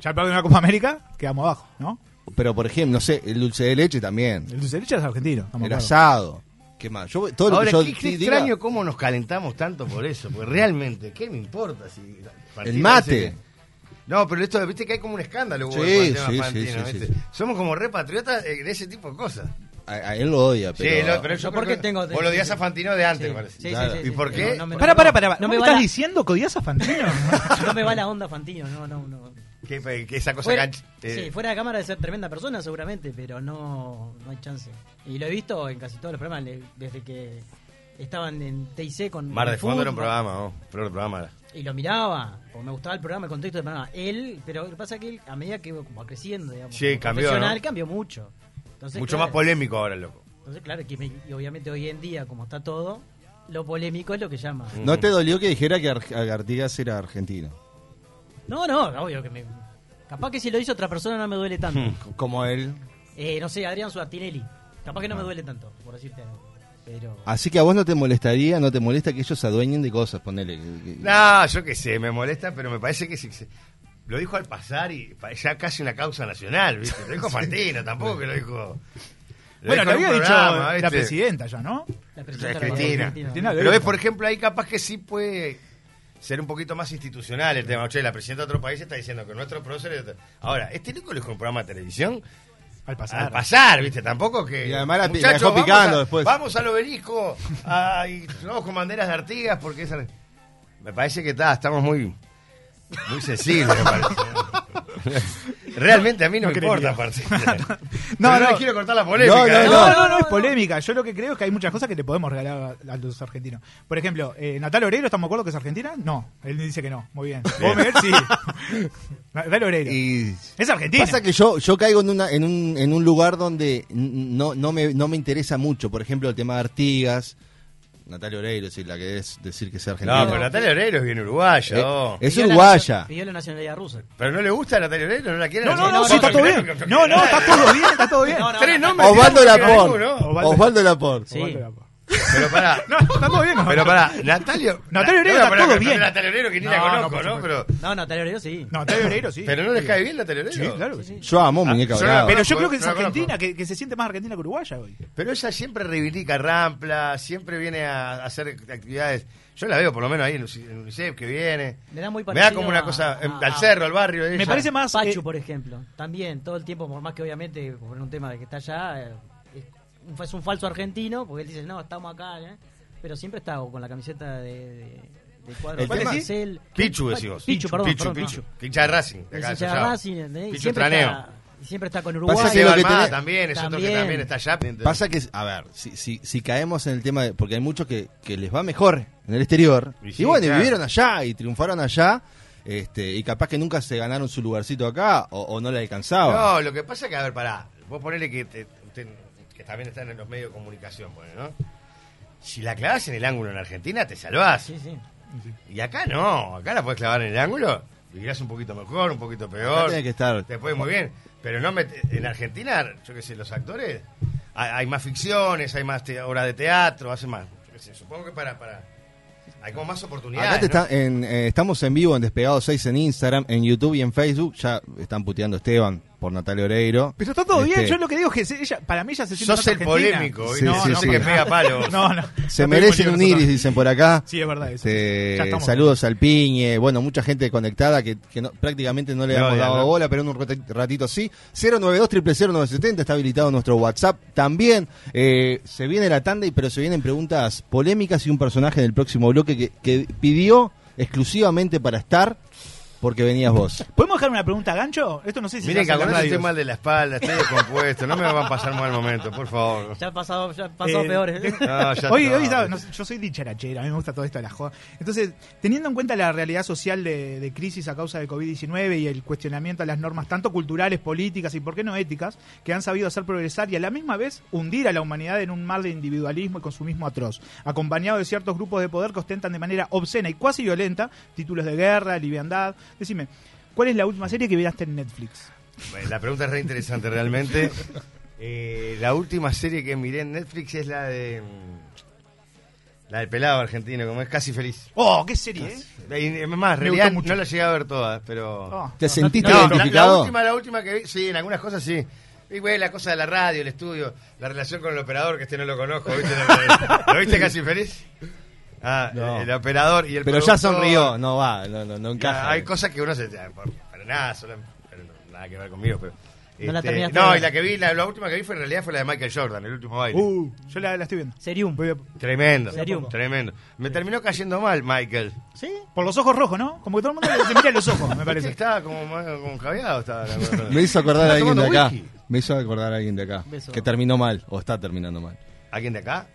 [SPEAKER 5] Ya al perder una Copa América, quedamos abajo, ¿no?
[SPEAKER 3] Pero por ejemplo, no sé, el dulce de leche también.
[SPEAKER 5] El dulce de leche es argentino. no me
[SPEAKER 3] El
[SPEAKER 5] acuerdo.
[SPEAKER 3] asado. Qué mal. Yo, todo lo
[SPEAKER 17] Ahora,
[SPEAKER 3] que yo
[SPEAKER 17] qué, qué
[SPEAKER 3] di- diga-
[SPEAKER 17] extraño cómo nos calentamos tanto por eso, porque realmente, ¿qué me importa si...
[SPEAKER 3] El mate.
[SPEAKER 17] No, pero esto, viste que hay como un escándalo
[SPEAKER 3] Sí,
[SPEAKER 17] con el tema
[SPEAKER 3] sí, sí,
[SPEAKER 17] Fantino,
[SPEAKER 3] sí,
[SPEAKER 17] ¿viste?
[SPEAKER 3] sí.
[SPEAKER 17] Somos como repatriotas eh, de ese tipo de cosas.
[SPEAKER 3] A, a él lo odia, pero.
[SPEAKER 17] sí, lo- pero yo
[SPEAKER 8] ¿Por
[SPEAKER 17] creo
[SPEAKER 8] qué
[SPEAKER 17] que-
[SPEAKER 8] tengo-
[SPEAKER 17] Vos lo odias a Fantino de antes,
[SPEAKER 8] Sí,
[SPEAKER 17] parece.
[SPEAKER 8] sí, sí, Claro. sí, sí,
[SPEAKER 17] ¿Y por
[SPEAKER 8] sí,
[SPEAKER 17] qué?
[SPEAKER 8] no, no me-
[SPEAKER 5] Pará, pará, pará.
[SPEAKER 8] No
[SPEAKER 5] ¿No
[SPEAKER 8] me
[SPEAKER 5] me
[SPEAKER 8] va
[SPEAKER 5] estás
[SPEAKER 8] la-
[SPEAKER 5] diciendo que odias a Fantino?
[SPEAKER 8] No me va la onda, Fantino. No, no, no.
[SPEAKER 17] Que- que- que esa cosa
[SPEAKER 8] Fuera,
[SPEAKER 17] canch- eh,
[SPEAKER 8] Sí, fuera de cámara de ser tremenda persona seguramente, pero no, no hay chance. Y lo he visto en casi todos los programas, le- desde que estaban en TIC con...
[SPEAKER 17] Mar de
[SPEAKER 8] con
[SPEAKER 17] Fondo era un
[SPEAKER 8] fútbol,
[SPEAKER 17] programa, ¿no? Pero el programa.
[SPEAKER 8] Y lo miraba, porque me gustaba el programa, el contexto del programa. Él, pero lo que pasa es que él, a medida que va creciendo, digamos,
[SPEAKER 17] Sí,
[SPEAKER 8] como
[SPEAKER 17] cambió,
[SPEAKER 8] profesional,
[SPEAKER 17] ¿no?
[SPEAKER 8] cambió mucho. Entonces,
[SPEAKER 17] Mucho
[SPEAKER 8] claro,
[SPEAKER 17] más polémico ahora, loco.
[SPEAKER 8] Entonces, claro, que me- y obviamente hoy en día, como está todo, lo polémico es lo que llama.
[SPEAKER 3] ¿No te dolió que dijera que Ar- Artigas era argentino?
[SPEAKER 8] No, no, obvio que me... Capaz que si lo hizo otra persona no me duele tanto.
[SPEAKER 3] Como él.
[SPEAKER 8] Eh, no sé, Adrián Suartinelli. Capaz que no me
[SPEAKER 17] Ah.
[SPEAKER 8] duele tanto, por decirte algo. Pero.
[SPEAKER 3] Así que a vos no te molestaría, no te molesta que ellos se adueñen de cosas, ponele. que- que-
[SPEAKER 17] No, yo qué sé, me molesta, pero me parece que si, se- lo dijo al pasar y pa- ya casi una causa nacional, ¿viste? Lo dijo
[SPEAKER 5] Sí.
[SPEAKER 17] Fantino, tampoco que lo dijo. dijo
[SPEAKER 5] Bueno, lo
[SPEAKER 17] en un
[SPEAKER 5] había dicho
[SPEAKER 17] programa,
[SPEAKER 5] la
[SPEAKER 17] ¿viste?
[SPEAKER 5] presidenta ya, ¿no?
[SPEAKER 8] La
[SPEAKER 17] O sea, es Cristina.
[SPEAKER 5] Cristina ¿eh? lo
[SPEAKER 17] Pero ves,
[SPEAKER 5] dijo.
[SPEAKER 17] por ejemplo, ahí capaz que sí puede ser un poquito más institucional el tema. Che, la presidenta de otro país está diciendo que nuestro prócer. Ahora, este loco lo dijo en un programa de televisión.
[SPEAKER 5] Al
[SPEAKER 17] Al pasar, ¿viste? Tampoco que.
[SPEAKER 3] Y además la pi- la
[SPEAKER 17] Muchachos,
[SPEAKER 3] dejó
[SPEAKER 17] vamos
[SPEAKER 3] picando
[SPEAKER 17] a-
[SPEAKER 3] después.
[SPEAKER 17] Vamos al obelisco a- y no, con banderas de Artigas porque esa. Me parece que está, estamos muy. Muy sensibles, me parece. Realmente a mí no,
[SPEAKER 5] No
[SPEAKER 17] me importa,
[SPEAKER 5] creería.
[SPEAKER 17] aparte.
[SPEAKER 5] No,
[SPEAKER 17] Pero no,
[SPEAKER 5] no.
[SPEAKER 17] les quiero cortar la polémica.
[SPEAKER 5] No,
[SPEAKER 17] ¿eh?
[SPEAKER 5] no, no, no es polémica. Yo lo que creo es que hay muchas cosas que le podemos regalar a, a los argentinos. Por ejemplo, eh, Natal Oreiro, ¿estamos de acuerdo que es argentina? No, él dice que no. Muy bien. ¿Vos, Miguel? Sí. Natal Oreiro. Es argentina.
[SPEAKER 3] Pasa que yo, yo caigo en, una, en, un, en un lugar donde n- no, no, me, no me interesa mucho. Por ejemplo, el tema de Artigas. Natalia Oreiro, si la querés decir que sea argentina.
[SPEAKER 17] No, pero Natalia Oreiro es bien uruguaya.
[SPEAKER 3] Eh,
[SPEAKER 17] oh.
[SPEAKER 3] es
[SPEAKER 8] Pidió la
[SPEAKER 3] uruguaya.
[SPEAKER 8] nacio- Pidió la nacionalidad rusa.
[SPEAKER 17] Pero no le gusta a Natalia Oreiro, no la quiere.
[SPEAKER 5] No, no, no, sí, está todo bien. No, no, está todo bien, está todo bien.
[SPEAKER 17] Tres nombres.
[SPEAKER 3] Osvaldo
[SPEAKER 17] tiramos,
[SPEAKER 3] Lapor.
[SPEAKER 17] ninguno.
[SPEAKER 3] Osvaldo Lapor.
[SPEAKER 17] Pero pará.
[SPEAKER 5] No, está todo bien.
[SPEAKER 17] Pero pará, Natalia.
[SPEAKER 5] Natalia Oreiro
[SPEAKER 17] No,
[SPEAKER 5] está
[SPEAKER 17] pará,
[SPEAKER 5] todo
[SPEAKER 17] pero
[SPEAKER 5] bien.
[SPEAKER 17] Natalia Oreiro que ni la
[SPEAKER 5] No, no,
[SPEAKER 17] conozco,
[SPEAKER 5] por
[SPEAKER 17] ¿no? Pero,
[SPEAKER 8] No, Natalia Oreiro sí.
[SPEAKER 5] No, Natalia Oreiro sí.
[SPEAKER 17] pero no les cae bien Natalia Oreiro.
[SPEAKER 5] Sí, claro que sí.
[SPEAKER 3] Yo amo muñeca
[SPEAKER 17] Ah, yo no-
[SPEAKER 3] brava.
[SPEAKER 5] Pero yo
[SPEAKER 17] Bueno,
[SPEAKER 5] creo que es
[SPEAKER 17] no la conozco.
[SPEAKER 5] argentina, que, que se siente más argentina que uruguaya hoy.
[SPEAKER 17] Pero ella siempre reivindica Rampla, siempre viene a hacer actividades. Yo la veo por lo menos ahí en UNICEF- en UNICEF que viene.
[SPEAKER 8] Me da muy
[SPEAKER 17] Me da
[SPEAKER 8] parecido
[SPEAKER 17] como una
[SPEAKER 8] a-
[SPEAKER 17] cosa em,
[SPEAKER 8] a-
[SPEAKER 17] al
[SPEAKER 8] a-
[SPEAKER 17] cerro, al barrio. de ella.
[SPEAKER 8] Pachu, por ejemplo. También, todo el tiempo, por más que obviamente, por un tema de que está allá, eh, es un, es un falso argentino, porque él dice, no, estamos acá, ¿eh? pero siempre está o con la camiseta de, de, de cuadro.
[SPEAKER 17] El tema-
[SPEAKER 8] Marcel-
[SPEAKER 17] Pichu, decís vos.
[SPEAKER 8] Pichu, perdón.
[SPEAKER 17] Pichu,
[SPEAKER 8] perdón,
[SPEAKER 17] Pichu.
[SPEAKER 8] no.
[SPEAKER 17] Que hincha de Racing. de
[SPEAKER 8] Es
[SPEAKER 17] acá de
[SPEAKER 8] hincha de
[SPEAKER 17] Callao.
[SPEAKER 8] Racing, ¿entendés? Y
[SPEAKER 17] Pichu
[SPEAKER 8] siempre
[SPEAKER 17] Traneo.
[SPEAKER 8] está- y siempre está con Uruguay.
[SPEAKER 17] Pasa que
[SPEAKER 3] lo que
[SPEAKER 17] Almada
[SPEAKER 3] tenés-
[SPEAKER 17] también, es otro que
[SPEAKER 8] También.
[SPEAKER 17] también está allá.
[SPEAKER 3] Pasa que, a ver, si, si, si caemos en el tema, de, porque hay muchos que, que les va mejor en el exterior.
[SPEAKER 17] Y
[SPEAKER 3] Y,
[SPEAKER 17] sí,
[SPEAKER 3] bueno, y
[SPEAKER 17] claro.
[SPEAKER 3] vivieron allá y triunfaron allá. Este, y capaz que nunca se ganaron su lugarcito acá o, o no le alcanzaba.
[SPEAKER 17] No, lo que pasa es que, a ver, pará. Vos ponele que te- usted- que también están en los medios de comunicación, ponele, ¿no? Si la clavas en el ángulo en Argentina, te salvás.
[SPEAKER 8] Sí, sí.
[SPEAKER 17] Y acá no, acá la puedes clavar en el ángulo, vivirás un poquito mejor, un poquito peor.
[SPEAKER 3] Acá tenés que estar.
[SPEAKER 17] Te puede ir muy bien. Pero no met- en Argentina, yo qué sé, los actores, hay, hay más ficciones, hay más te- obras de teatro, hacen más. Yo qué sé, supongo que para, para. Hay como más oportunidades.
[SPEAKER 3] Acá te
[SPEAKER 17] ¿no?
[SPEAKER 3] está- en, eh, estamos en vivo en Despegado 6 en Instagram, en YouTube y en Facebook. Ya están puteando a Esteban por Natalia Oreiro.
[SPEAKER 5] Pero está todo bien.
[SPEAKER 3] Este,
[SPEAKER 5] Yo lo que digo es que se- ella, para mí ella se siente
[SPEAKER 17] Sos
[SPEAKER 5] más
[SPEAKER 17] el
[SPEAKER 5] argentina.
[SPEAKER 17] polémico, hoy
[SPEAKER 3] Sí,
[SPEAKER 17] no,
[SPEAKER 3] sí,
[SPEAKER 17] no
[SPEAKER 3] sí.
[SPEAKER 17] que pega palos.
[SPEAKER 5] No, no.
[SPEAKER 3] Se
[SPEAKER 5] No
[SPEAKER 3] merecen
[SPEAKER 5] tengo
[SPEAKER 3] un
[SPEAKER 5] ni idea,
[SPEAKER 3] iris, dicen por acá.
[SPEAKER 5] Sí, es verdad eso.
[SPEAKER 3] Este,
[SPEAKER 5] Ya estamos.
[SPEAKER 3] saludos al Piñe. Bueno, mucha gente conectada que, que no- prácticamente no le
[SPEAKER 17] No,
[SPEAKER 3] hemos
[SPEAKER 17] ya,
[SPEAKER 3] dado
[SPEAKER 17] no.
[SPEAKER 3] bola, pero en un rati- ratito sí. 092 0970 está habilitado nuestro WhatsApp. También eh, se viene la tanda, y pero se vienen preguntas polémicas y un personaje del próximo bloque que, que pidió exclusivamente para estar porque venías vos.
[SPEAKER 5] ¿Podemos dejar una pregunta a gancho? Esto no sé si
[SPEAKER 17] Miren
[SPEAKER 5] se
[SPEAKER 17] que
[SPEAKER 5] hace en
[SPEAKER 17] ahora
[SPEAKER 5] las
[SPEAKER 17] estoy
[SPEAKER 5] radios.
[SPEAKER 17] mal de la espalda, estoy descompuesto, no me van a pasar mal momento, por favor.
[SPEAKER 8] Ya ha pasado, ya han pasado
[SPEAKER 5] Eh,
[SPEAKER 8] peores.
[SPEAKER 5] te-
[SPEAKER 17] No, Ah, ya
[SPEAKER 5] hoy,
[SPEAKER 17] está.
[SPEAKER 5] hoy, ¿sabes? No sé, yo soy dicharachera, a mí me gusta todo esto de la joda. Entonces, teniendo en cuenta la realidad social de, de crisis a causa del COVID-19 y el cuestionamiento a las normas tanto culturales, políticas y, por qué no, éticas, que han sabido hacer progresar y a la misma vez hundir a la humanidad en un mar de individualismo y consumismo atroz, acompañado de ciertos grupos de poder que ostentan de manera obscena y cuasi violenta títulos de guerra, liviandad. Decime, ¿cuál es la última serie que miraste en Netflix?
[SPEAKER 17] Bueno, La pregunta es re interesante realmente. Eh, la última serie que miré en Netflix es la de. mm, La del pelado argentino, como es Casi Feliz.
[SPEAKER 5] ¡Oh, qué serie! eh!
[SPEAKER 17] Y, Es más, en
[SPEAKER 5] Me
[SPEAKER 17] realidad
[SPEAKER 5] gustó mucho.
[SPEAKER 17] no la llegué a ver toda, pero.
[SPEAKER 5] Oh.
[SPEAKER 3] ¿Te sentiste
[SPEAKER 17] No, la, la
[SPEAKER 3] identificado?
[SPEAKER 17] última, la última que vi, sí, en algunas cosas sí. Y güey, la cosa de la radio, el estudio, la relación con el operador, que este no lo conozco, ¿viste? ¿Lo- ¿Lo viste casi feliz? Ah,
[SPEAKER 3] No.
[SPEAKER 17] el, el operador y el
[SPEAKER 3] Pero ya
[SPEAKER 17] productor.
[SPEAKER 3] sonrió, no va, no, no, no
[SPEAKER 17] Ya,
[SPEAKER 3] encaja.
[SPEAKER 16] eh.
[SPEAKER 17] hay cosas que uno se. ya, por- Para nada, solo- pero no, nada que ver conmigo, pero.
[SPEAKER 3] No la
[SPEAKER 17] este,
[SPEAKER 3] terminaste de
[SPEAKER 17] no,
[SPEAKER 3] ver.
[SPEAKER 17] y la que vi, la, la última que vi fue en realidad fue la de Michael Jordan, el último baile.
[SPEAKER 16] Uh, Yo la, la estoy viendo.
[SPEAKER 8] Serium.
[SPEAKER 17] Tremendo,
[SPEAKER 16] Serium.
[SPEAKER 17] tremendo. Me terminó cayendo mal Michael.
[SPEAKER 16] ¿Sí? Por los ojos rojos, ¿no? Como que todo el mundo le- se mira en los ojos, me
[SPEAKER 17] Sí,
[SPEAKER 16] parece.
[SPEAKER 17] Estaba como, más- como caviado. Estaba, la verdad.
[SPEAKER 3] Me hizo acordar a
[SPEAKER 17] Estaba
[SPEAKER 3] alguien de
[SPEAKER 17] tomando
[SPEAKER 3] acá.
[SPEAKER 17] whisky.
[SPEAKER 3] Me hizo acordar a alguien de acá.
[SPEAKER 17] Beso.
[SPEAKER 3] Que terminó mal, o está terminando mal.
[SPEAKER 17] ¿Alguien de acá?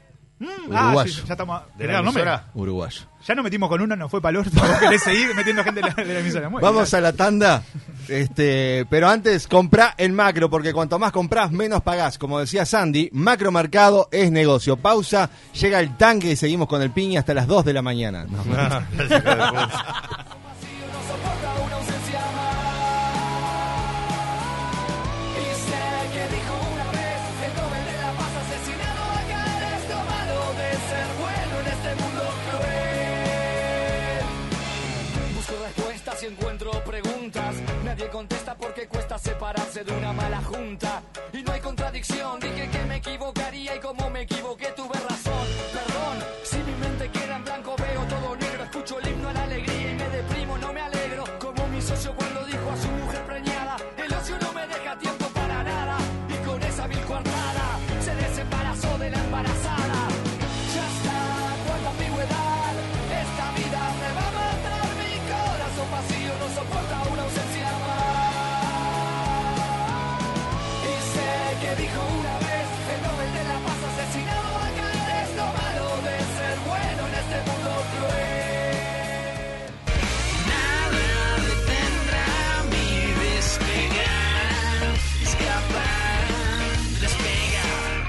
[SPEAKER 17] Mm,
[SPEAKER 16] Ah,
[SPEAKER 3] Uruguayo.
[SPEAKER 16] sí, ya estamos.
[SPEAKER 3] ¿De
[SPEAKER 16] ¿Era
[SPEAKER 3] la
[SPEAKER 16] el nombre?
[SPEAKER 3] emisora? Uruguayo.
[SPEAKER 16] Ya nos metimos con uno, nos fue para el orto. vos Querés seguir metiendo gente de la, de la emisora. Muy
[SPEAKER 3] Vamos a la tanda. Este, pero antes, comprá en macro, porque cuanto más comprás, menos pagás. Como decía Sandy, macro mercado es negocio. Pausa, llega el tanque y seguimos con el piña hasta las 2 de la mañana. No,
[SPEAKER 17] Ah,
[SPEAKER 18] una ausencia más. Y sé que dijo una vez: el Nobel de la paz asesinado acá es lo malo de ser bueno en este mundo cruel. Busco respuestas y encuentro preguntas. Nadie contesta porque cuesta separarse de una mala junta. Y no hay contradicción, dije que me equivocaría y como me equivoqué tuve razón. Perdón, si mi mente queda en blanco veo todo negro, escucho el himno a la alegría y me deprimo, no me alegro. Como mi socio cuando dijo a su mujer preñada, el ocio no me deja tiempo para nada. Y con esa vil coartada se desembarazó de la embarazada. Ya está, cuánta ambigüedad, esta vida me va a matar, mi corazón vacío no soporta una ausencia más. Y sé que dijo una vez el Nobel de la Paz asesinado acá es lo malo de ser bueno en este mundo cruel.
[SPEAKER 10] Nada detendrá mi despegar, escapar, despegar.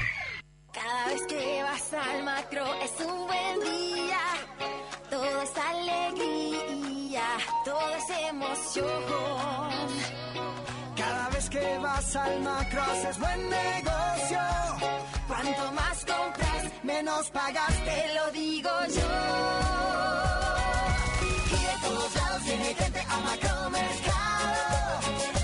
[SPEAKER 20] Cada vez que vas al macro es un buen día. Todo es alegría, todo es emoción.
[SPEAKER 18] Cada vez que vas al macro es buen negocio.
[SPEAKER 20] Cuanto más compras, menos pagas, te lo digo yo.
[SPEAKER 18] Y de todos lados viene gente a macromercado.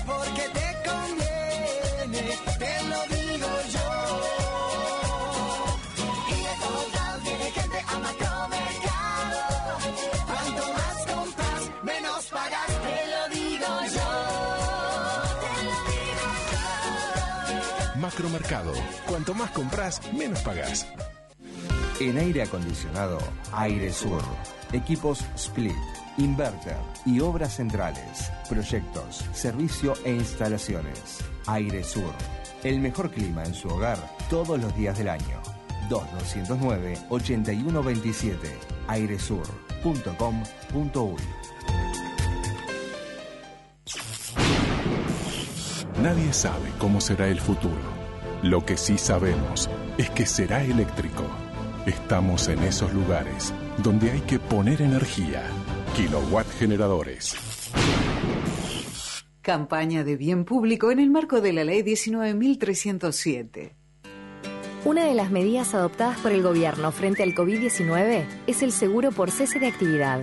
[SPEAKER 18] Porque te conviene, te lo digo yo. Y de todos lados viene gente a macromercado. Cuanto más compras, menos pagas, te lo digo yo. Te lo digo
[SPEAKER 21] Macromercado. Cuanto más compras, menos pagás.
[SPEAKER 22] En aire acondicionado, Aire Sur. Equipos split, inverter y obras centrales. Proyectos, servicio e instalaciones. Aire Sur. El mejor clima en su hogar todos los días del año. 2209-8127. airesur.com.uy
[SPEAKER 21] Nadie sabe cómo será el futuro. Lo que sí sabemos es que será eléctrico. Estamos en esos lugares donde hay que poner energía. Kilowatt generadores.
[SPEAKER 23] Campaña de bien público en el marco de la Ley 19.307.
[SPEAKER 1] Una de las medidas adoptadas por el gobierno frente al COVID-19 es el seguro por cese de actividad.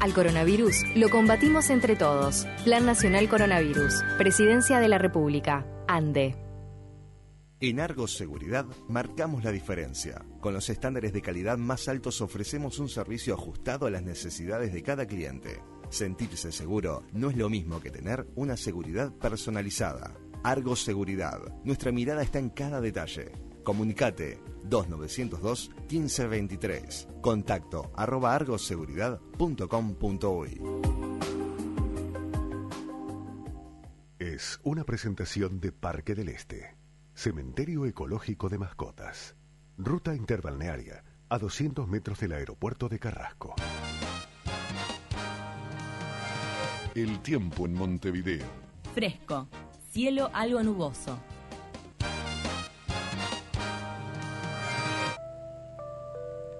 [SPEAKER 1] Al coronavirus lo combatimos entre todos. Plan Nacional Coronavirus. Presidencia de la República. Ande.
[SPEAKER 24] En Argos Seguridad marcamos la diferencia. Con los estándares de calidad más altos ofrecemos un servicio ajustado a las necesidades de cada cliente. Sentirse seguro no es lo mismo que tener una seguridad personalizada. Argos Seguridad. Nuestra mirada está en cada detalle. Comunicate 2902 1523. Contacto arroba argoseguridad.com.uy.
[SPEAKER 25] Es una presentación de Parque del Este, Cementerio Ecológico de Mascotas, ruta interbalnearia a 200 metros del aeropuerto de Carrasco. El tiempo en Montevideo.
[SPEAKER 26] Fresco. Cielo algo nuboso.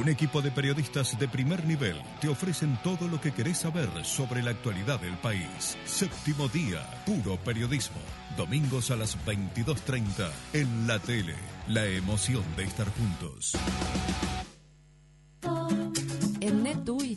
[SPEAKER 27] Un equipo de periodistas de primer nivel te ofrecen todo lo que querés saber sobre la actualidad del país. Séptimo día, puro periodismo. Domingos a las 22.30 en la tele. La emoción de estar juntos. En NetUI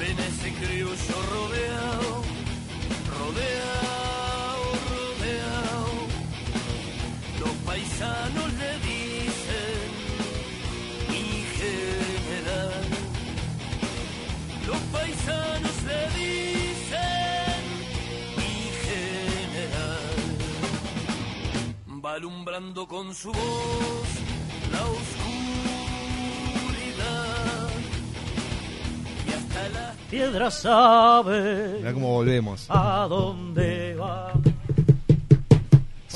[SPEAKER 10] Ven a ese criollo rodeado, rodeado, rodeado. Los paisanos le dicen mi general. Los paisanos le dicen mi general. Va alumbrando con su voz la oscuridad y hasta la
[SPEAKER 8] Piedra sabe
[SPEAKER 3] Mirá cómo volvemos.
[SPEAKER 8] a dónde va.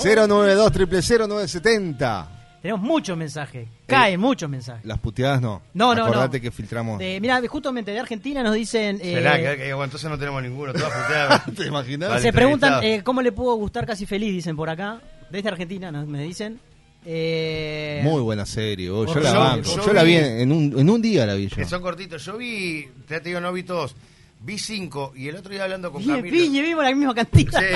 [SPEAKER 17] Eh.
[SPEAKER 3] 092 0970.
[SPEAKER 8] Tenemos muchos mensajes. Caen muchos mensajes.
[SPEAKER 3] Las puteadas no.
[SPEAKER 8] No, no,
[SPEAKER 3] Acordate
[SPEAKER 8] no.
[SPEAKER 3] que filtramos.
[SPEAKER 8] Eh, mirá, justamente de Argentina nos dicen. eh,
[SPEAKER 17] Esperá, que, que- bueno, entonces no tenemos ninguno. Todas puteadas.
[SPEAKER 3] ¿Te imaginas?
[SPEAKER 17] Vale,
[SPEAKER 8] se preguntan
[SPEAKER 17] entrevistado.
[SPEAKER 8] eh, cómo le pudo gustar Casi Feliz, dicen por acá. Desde Argentina nos, me dicen. Eh,
[SPEAKER 3] Muy buena serie. vos, Yo
[SPEAKER 17] Yo-
[SPEAKER 3] la banco.
[SPEAKER 17] yo
[SPEAKER 3] Yo la vi
[SPEAKER 17] vi-
[SPEAKER 3] en un, en un día la vi yo.
[SPEAKER 17] Que son cortitos. Yo vi, ya te digo, no vi todos. Vi cinco y el otro día hablando con
[SPEAKER 8] Bien,
[SPEAKER 17] Camilo.
[SPEAKER 8] piñe, vimos la misma cantidad.
[SPEAKER 17] Sí,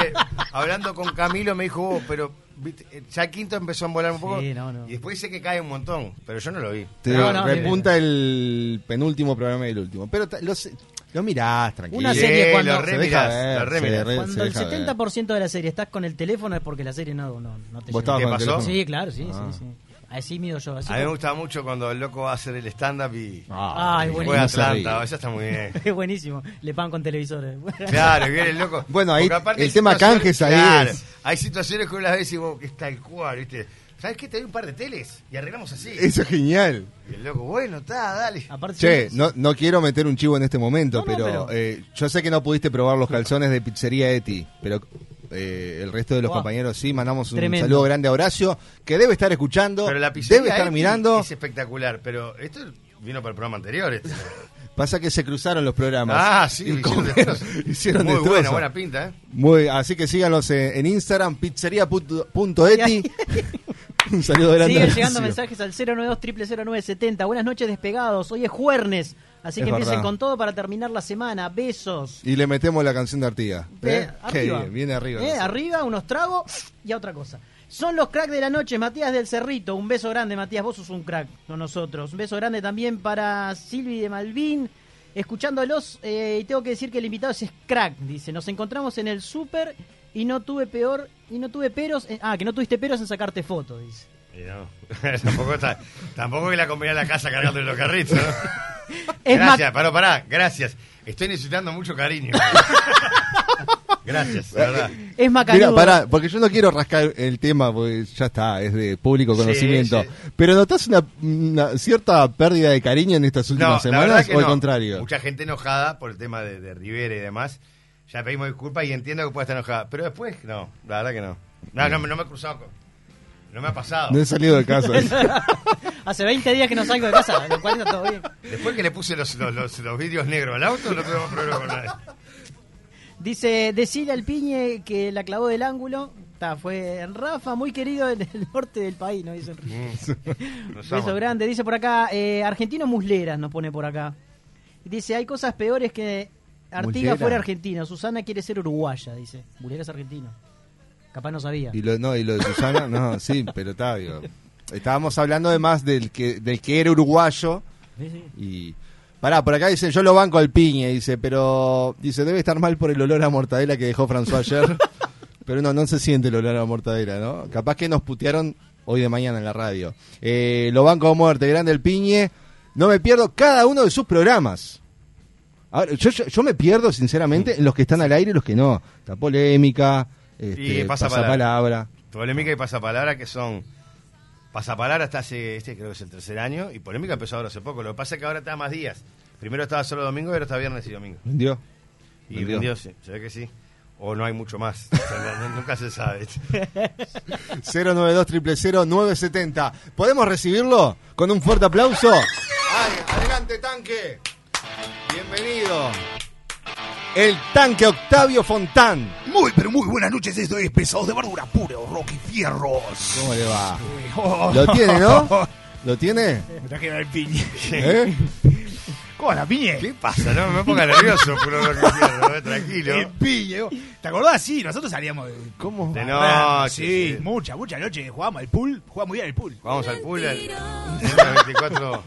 [SPEAKER 17] hablando con Camilo me dijo, "Oh, pero viste, eh, ya el quinto empezó a volar un poco.
[SPEAKER 8] Sí, no, no.
[SPEAKER 17] Y después dice que cae un montón, pero yo no lo vi.
[SPEAKER 3] Te repunta el penúltimo programa y el último. Pero ta- lo, se- lo mirás, tranquilo.
[SPEAKER 8] Una serie
[SPEAKER 3] Sí,
[SPEAKER 8] cuando- Se
[SPEAKER 3] lo
[SPEAKER 17] deja
[SPEAKER 3] remirás,
[SPEAKER 17] lo
[SPEAKER 3] ver, se
[SPEAKER 17] remirás.
[SPEAKER 3] re-
[SPEAKER 8] Cuando
[SPEAKER 3] se
[SPEAKER 8] el
[SPEAKER 3] deja ver.
[SPEAKER 8] 70% de la serie estás con el teléfono es porque la serie no, no, no te
[SPEAKER 3] ¿Vos
[SPEAKER 8] llega.
[SPEAKER 3] estabas con el ¿Te pasó? teléfono?
[SPEAKER 8] Sí, claro, sí,
[SPEAKER 3] Ah.
[SPEAKER 8] sí, sí. Así mido yo. Así
[SPEAKER 17] A mí me
[SPEAKER 8] como-
[SPEAKER 17] gusta mucho cuando el loco va a hacer el stand-up y,
[SPEAKER 8] Ah,
[SPEAKER 17] y
[SPEAKER 8] es
[SPEAKER 17] juega a
[SPEAKER 8] buenísimo.
[SPEAKER 17] Atlanta. Eso está muy bien.
[SPEAKER 8] Es buenísimo. Le pagan con televisores.
[SPEAKER 17] Claro, y viene el loco.
[SPEAKER 3] Bueno, ahí
[SPEAKER 17] Porque aparte
[SPEAKER 3] el
[SPEAKER 17] hay
[SPEAKER 3] tema
[SPEAKER 17] situaciones-
[SPEAKER 3] canjes ahí
[SPEAKER 17] claro,
[SPEAKER 3] es-
[SPEAKER 17] Hay situaciones que una vez decimos que es tal cual, ¿viste? ¿Sabes qué? Te doy un par de teles y arreglamos así.
[SPEAKER 3] Eso es genial.
[SPEAKER 17] Y el loco, bueno, está, dale.
[SPEAKER 8] Aparte,
[SPEAKER 3] Che, no, no quiero meter un chivo en este momento, pero,
[SPEAKER 17] pero-
[SPEAKER 3] eh, yo sé que no pudiste probar los calzones de Pizzería Eti, pero eh, el resto de los
[SPEAKER 17] Wow.
[SPEAKER 3] compañeros sí. Mandamos un
[SPEAKER 17] Tremendo.
[SPEAKER 3] saludo grande a Horacio, que debe estar escuchando,
[SPEAKER 17] Pero la pizzería
[SPEAKER 3] debe estar
[SPEAKER 17] Eti
[SPEAKER 3] mirando.
[SPEAKER 17] Es espectacular, pero esto vino para el programa anterior. este.
[SPEAKER 3] Pasa que se cruzaron los programas.
[SPEAKER 17] Ah, sí,
[SPEAKER 3] Y
[SPEAKER 17] hicieron
[SPEAKER 3] como-
[SPEAKER 17] destrozos.
[SPEAKER 3] hicieron
[SPEAKER 17] Muy buena,
[SPEAKER 3] destrozos.
[SPEAKER 17] buena pinta, ¿eh?
[SPEAKER 3] Muy, así que síganlos en, en Instagram, pizzería.eti. un saludo grande.
[SPEAKER 8] Siguen
[SPEAKER 3] a
[SPEAKER 8] llegando
[SPEAKER 3] Horacio.
[SPEAKER 8] mensajes al 092-00970. Buenas noches, despegados. Hoy es jueves, así
[SPEAKER 3] Es
[SPEAKER 8] que empiecen
[SPEAKER 3] verdad.
[SPEAKER 8] con todo para terminar la semana. Besos.
[SPEAKER 3] Y le metemos la canción de Artigas.
[SPEAKER 8] Eh,
[SPEAKER 3] ¿eh? Qué
[SPEAKER 8] arriba.
[SPEAKER 3] bien, viene arriba.
[SPEAKER 8] Eh,
[SPEAKER 3] nosotros.
[SPEAKER 8] arriba, unos tragos y a otra cosa. Son los cracks de la noche, Matías del Cerrito. Un beso grande, Matías. Vos sos un crack con nosotros. Un beso grande también para Silvi de Malvin. Escuchándolos, eh, y tengo que decir que el invitado es crack. Dice: Nos encontramos en el súper y no tuve peor. Y no tuve peros. en- ah, que no tuviste peros en sacarte fotos, dice.
[SPEAKER 17] Y no, tampoco, está, tampoco que la combinás la casa cargando en los carritos. ¿no?
[SPEAKER 8] Es
[SPEAKER 17] gracias, paró, pará, gracias. Estoy necesitando mucho cariño. Gracias, la verdad.
[SPEAKER 8] Es macanudo.
[SPEAKER 3] Mira, Ah. pará, porque yo no quiero rascar el tema, porque ya está, es de público
[SPEAKER 17] Sí,
[SPEAKER 3] conocimiento.
[SPEAKER 17] sí.
[SPEAKER 3] Pero notas una, una cierta pérdida de cariño en estas últimas
[SPEAKER 17] No, la verdad
[SPEAKER 3] semanas
[SPEAKER 17] que
[SPEAKER 3] o al
[SPEAKER 17] no.
[SPEAKER 3] contrario.
[SPEAKER 17] Mucha gente enojada por el tema de, de Rivera y demás. Ya pedimos disculpas y entiendo que pueda estar enojada. Pero después, no, la verdad que no. No, no, me- no me he cruzado con- No me ha pasado.
[SPEAKER 3] No he salido de casa.
[SPEAKER 8] Hace 20 días que no salgo de casa, lo cual está todo bien.
[SPEAKER 17] Después que le puse los, los, los- los vidrios negros al auto, no tuvimos problema con nada.
[SPEAKER 8] Dice, decirle al piñe que la clavó del ángulo. Está, fue Rafa, muy querido en el norte del país, ¿no? Dice Enrique. Beso grande. Dice por acá, eh, argentino musleras nos pone por acá. Dice, hay cosas peores que Artigas
[SPEAKER 3] Muslera.
[SPEAKER 8] fuera argentino. Susana quiere ser uruguaya, dice. Musleras argentino. Capaz no sabía.
[SPEAKER 3] Y lo, no, y lo de Susana, no, sí, pero está, digo, Estábamos hablando además del que, del que era uruguayo. Y. Pará, por acá dice, yo lo banco al piñe, dice, pero. Dice, debe estar mal por el olor a mortadela que dejó François ayer. pero no, no se siente el olor a mortadela, ¿no? Capaz que nos putearon hoy de mañana en la radio. Eh, lo banco a muerte, grande el piñe. No me pierdo cada uno de sus programas. Ahora, yo, yo, yo me pierdo, sinceramente, en los que están al aire y los que no. La polémica, este,
[SPEAKER 17] Mm. Y pasa
[SPEAKER 3] pasapalabra.
[SPEAKER 17] palabra. Polémica y pasapalabra que son. Pasapalabra hasta hace, este creo que es el tercer año, y polémica empezó ahora hace poco. Lo que pasa es que ahora está más días. Primero estaba solo domingo y ahora está viernes y domingo.
[SPEAKER 3] Vendió.
[SPEAKER 17] Y
[SPEAKER 3] Vendió.
[SPEAKER 17] vendió, sí, se ve que sí. O no hay mucho más. O sea, no- nunca se sabe.
[SPEAKER 3] 092 000 970 ¿Podemos recibirlo con un fuerte aplauso? adelante, tanque. Bienvenido. El tanque Octavio Fontán.
[SPEAKER 5] Muy, pero muy buenas noches. Esto es Pesados de Verdura Puro, Rocky Fierros.
[SPEAKER 3] ¿Cómo le va?
[SPEAKER 5] Eh, oh.
[SPEAKER 3] ¿Lo tiene, no? ¿Lo tiene?
[SPEAKER 5] Me trajeron el piñe.
[SPEAKER 3] ¿Eh?
[SPEAKER 5] ¿Cómo la piñe?
[SPEAKER 17] ¿Qué pasa? No me ponga nervioso, puro Rocky Fierro, eh, tranquilo.
[SPEAKER 5] El piñe. vos. ¿Te acordás? Sí, nosotros salíamos de... ¿Cómo?
[SPEAKER 17] De noche,
[SPEAKER 5] Sí,
[SPEAKER 17] sí.
[SPEAKER 5] mucha, mucha noche. Jugábamos al pool. Jugábamos muy bien al pool.
[SPEAKER 17] Vamos al pool. al- al 24.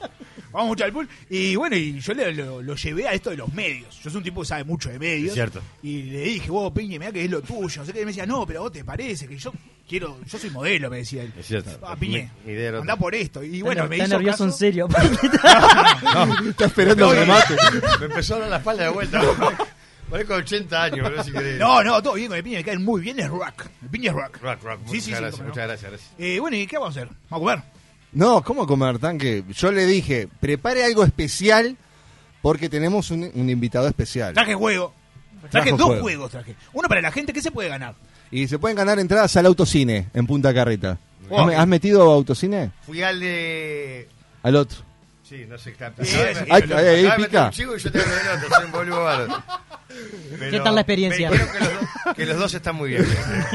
[SPEAKER 5] Vamos mucho al pool. Y bueno, y yo le- lo, lo llevé a esto de los medios. Yo soy un tipo que sabe mucho de medios.
[SPEAKER 17] Es cierto.
[SPEAKER 5] Y le dije, vos, Piñe, mirá que es lo tuyo. No sé qué. Y me decía, no, pero a vos te parece que yo quiero. Yo soy modelo, me decía él.
[SPEAKER 17] Es cierto.
[SPEAKER 5] Ah, Piñe,
[SPEAKER 17] Mi- idea era otra.
[SPEAKER 5] andá por esto. Y
[SPEAKER 8] Está
[SPEAKER 5] bueno,
[SPEAKER 8] ner-
[SPEAKER 5] me
[SPEAKER 8] está
[SPEAKER 5] hizo
[SPEAKER 8] nervioso
[SPEAKER 5] caso.
[SPEAKER 8] en serio.
[SPEAKER 3] Está esperando
[SPEAKER 5] Oye,
[SPEAKER 3] que mate.
[SPEAKER 17] Me empezó a dar la espalda de vuelta. Parezco 80 años, pero es increíble.
[SPEAKER 5] No, no, todo bien con el Piñe. Me caen muy bien. Es rock. El Piñe es rock.
[SPEAKER 17] Rock, rock.
[SPEAKER 5] Sí,
[SPEAKER 17] Muchas
[SPEAKER 5] sí, sí,
[SPEAKER 17] gracias,
[SPEAKER 5] cómo no.
[SPEAKER 17] muchas gracias, gracias.
[SPEAKER 5] Eh, bueno, ¿y qué vamos a hacer? Vamos a comer.
[SPEAKER 3] No, ¿cómo comer, tanque? Yo le dije, prepare algo especial porque tenemos un, un invitado especial.
[SPEAKER 5] Traje juego. Traje
[SPEAKER 3] Trajo
[SPEAKER 5] dos
[SPEAKER 3] juego.
[SPEAKER 5] juegos. traje. Uno para la gente. ¿Qué se puede ganar?
[SPEAKER 3] Y se pueden ganar entradas al autocine en Punta Carreta.
[SPEAKER 5] Wow.
[SPEAKER 3] ¿Has, me- has metido autocine?
[SPEAKER 17] Fui al de.
[SPEAKER 3] Al otro.
[SPEAKER 17] Sí, no sé qué tal.
[SPEAKER 5] Sí,
[SPEAKER 3] sí, Ay, ay, ay, pica.
[SPEAKER 17] Un chivo y yo te voy a poner otro, soy un boludo bárbaro. Pero-
[SPEAKER 3] tal la experiencia?
[SPEAKER 17] pero creo que, los dos, que los dos están muy bien.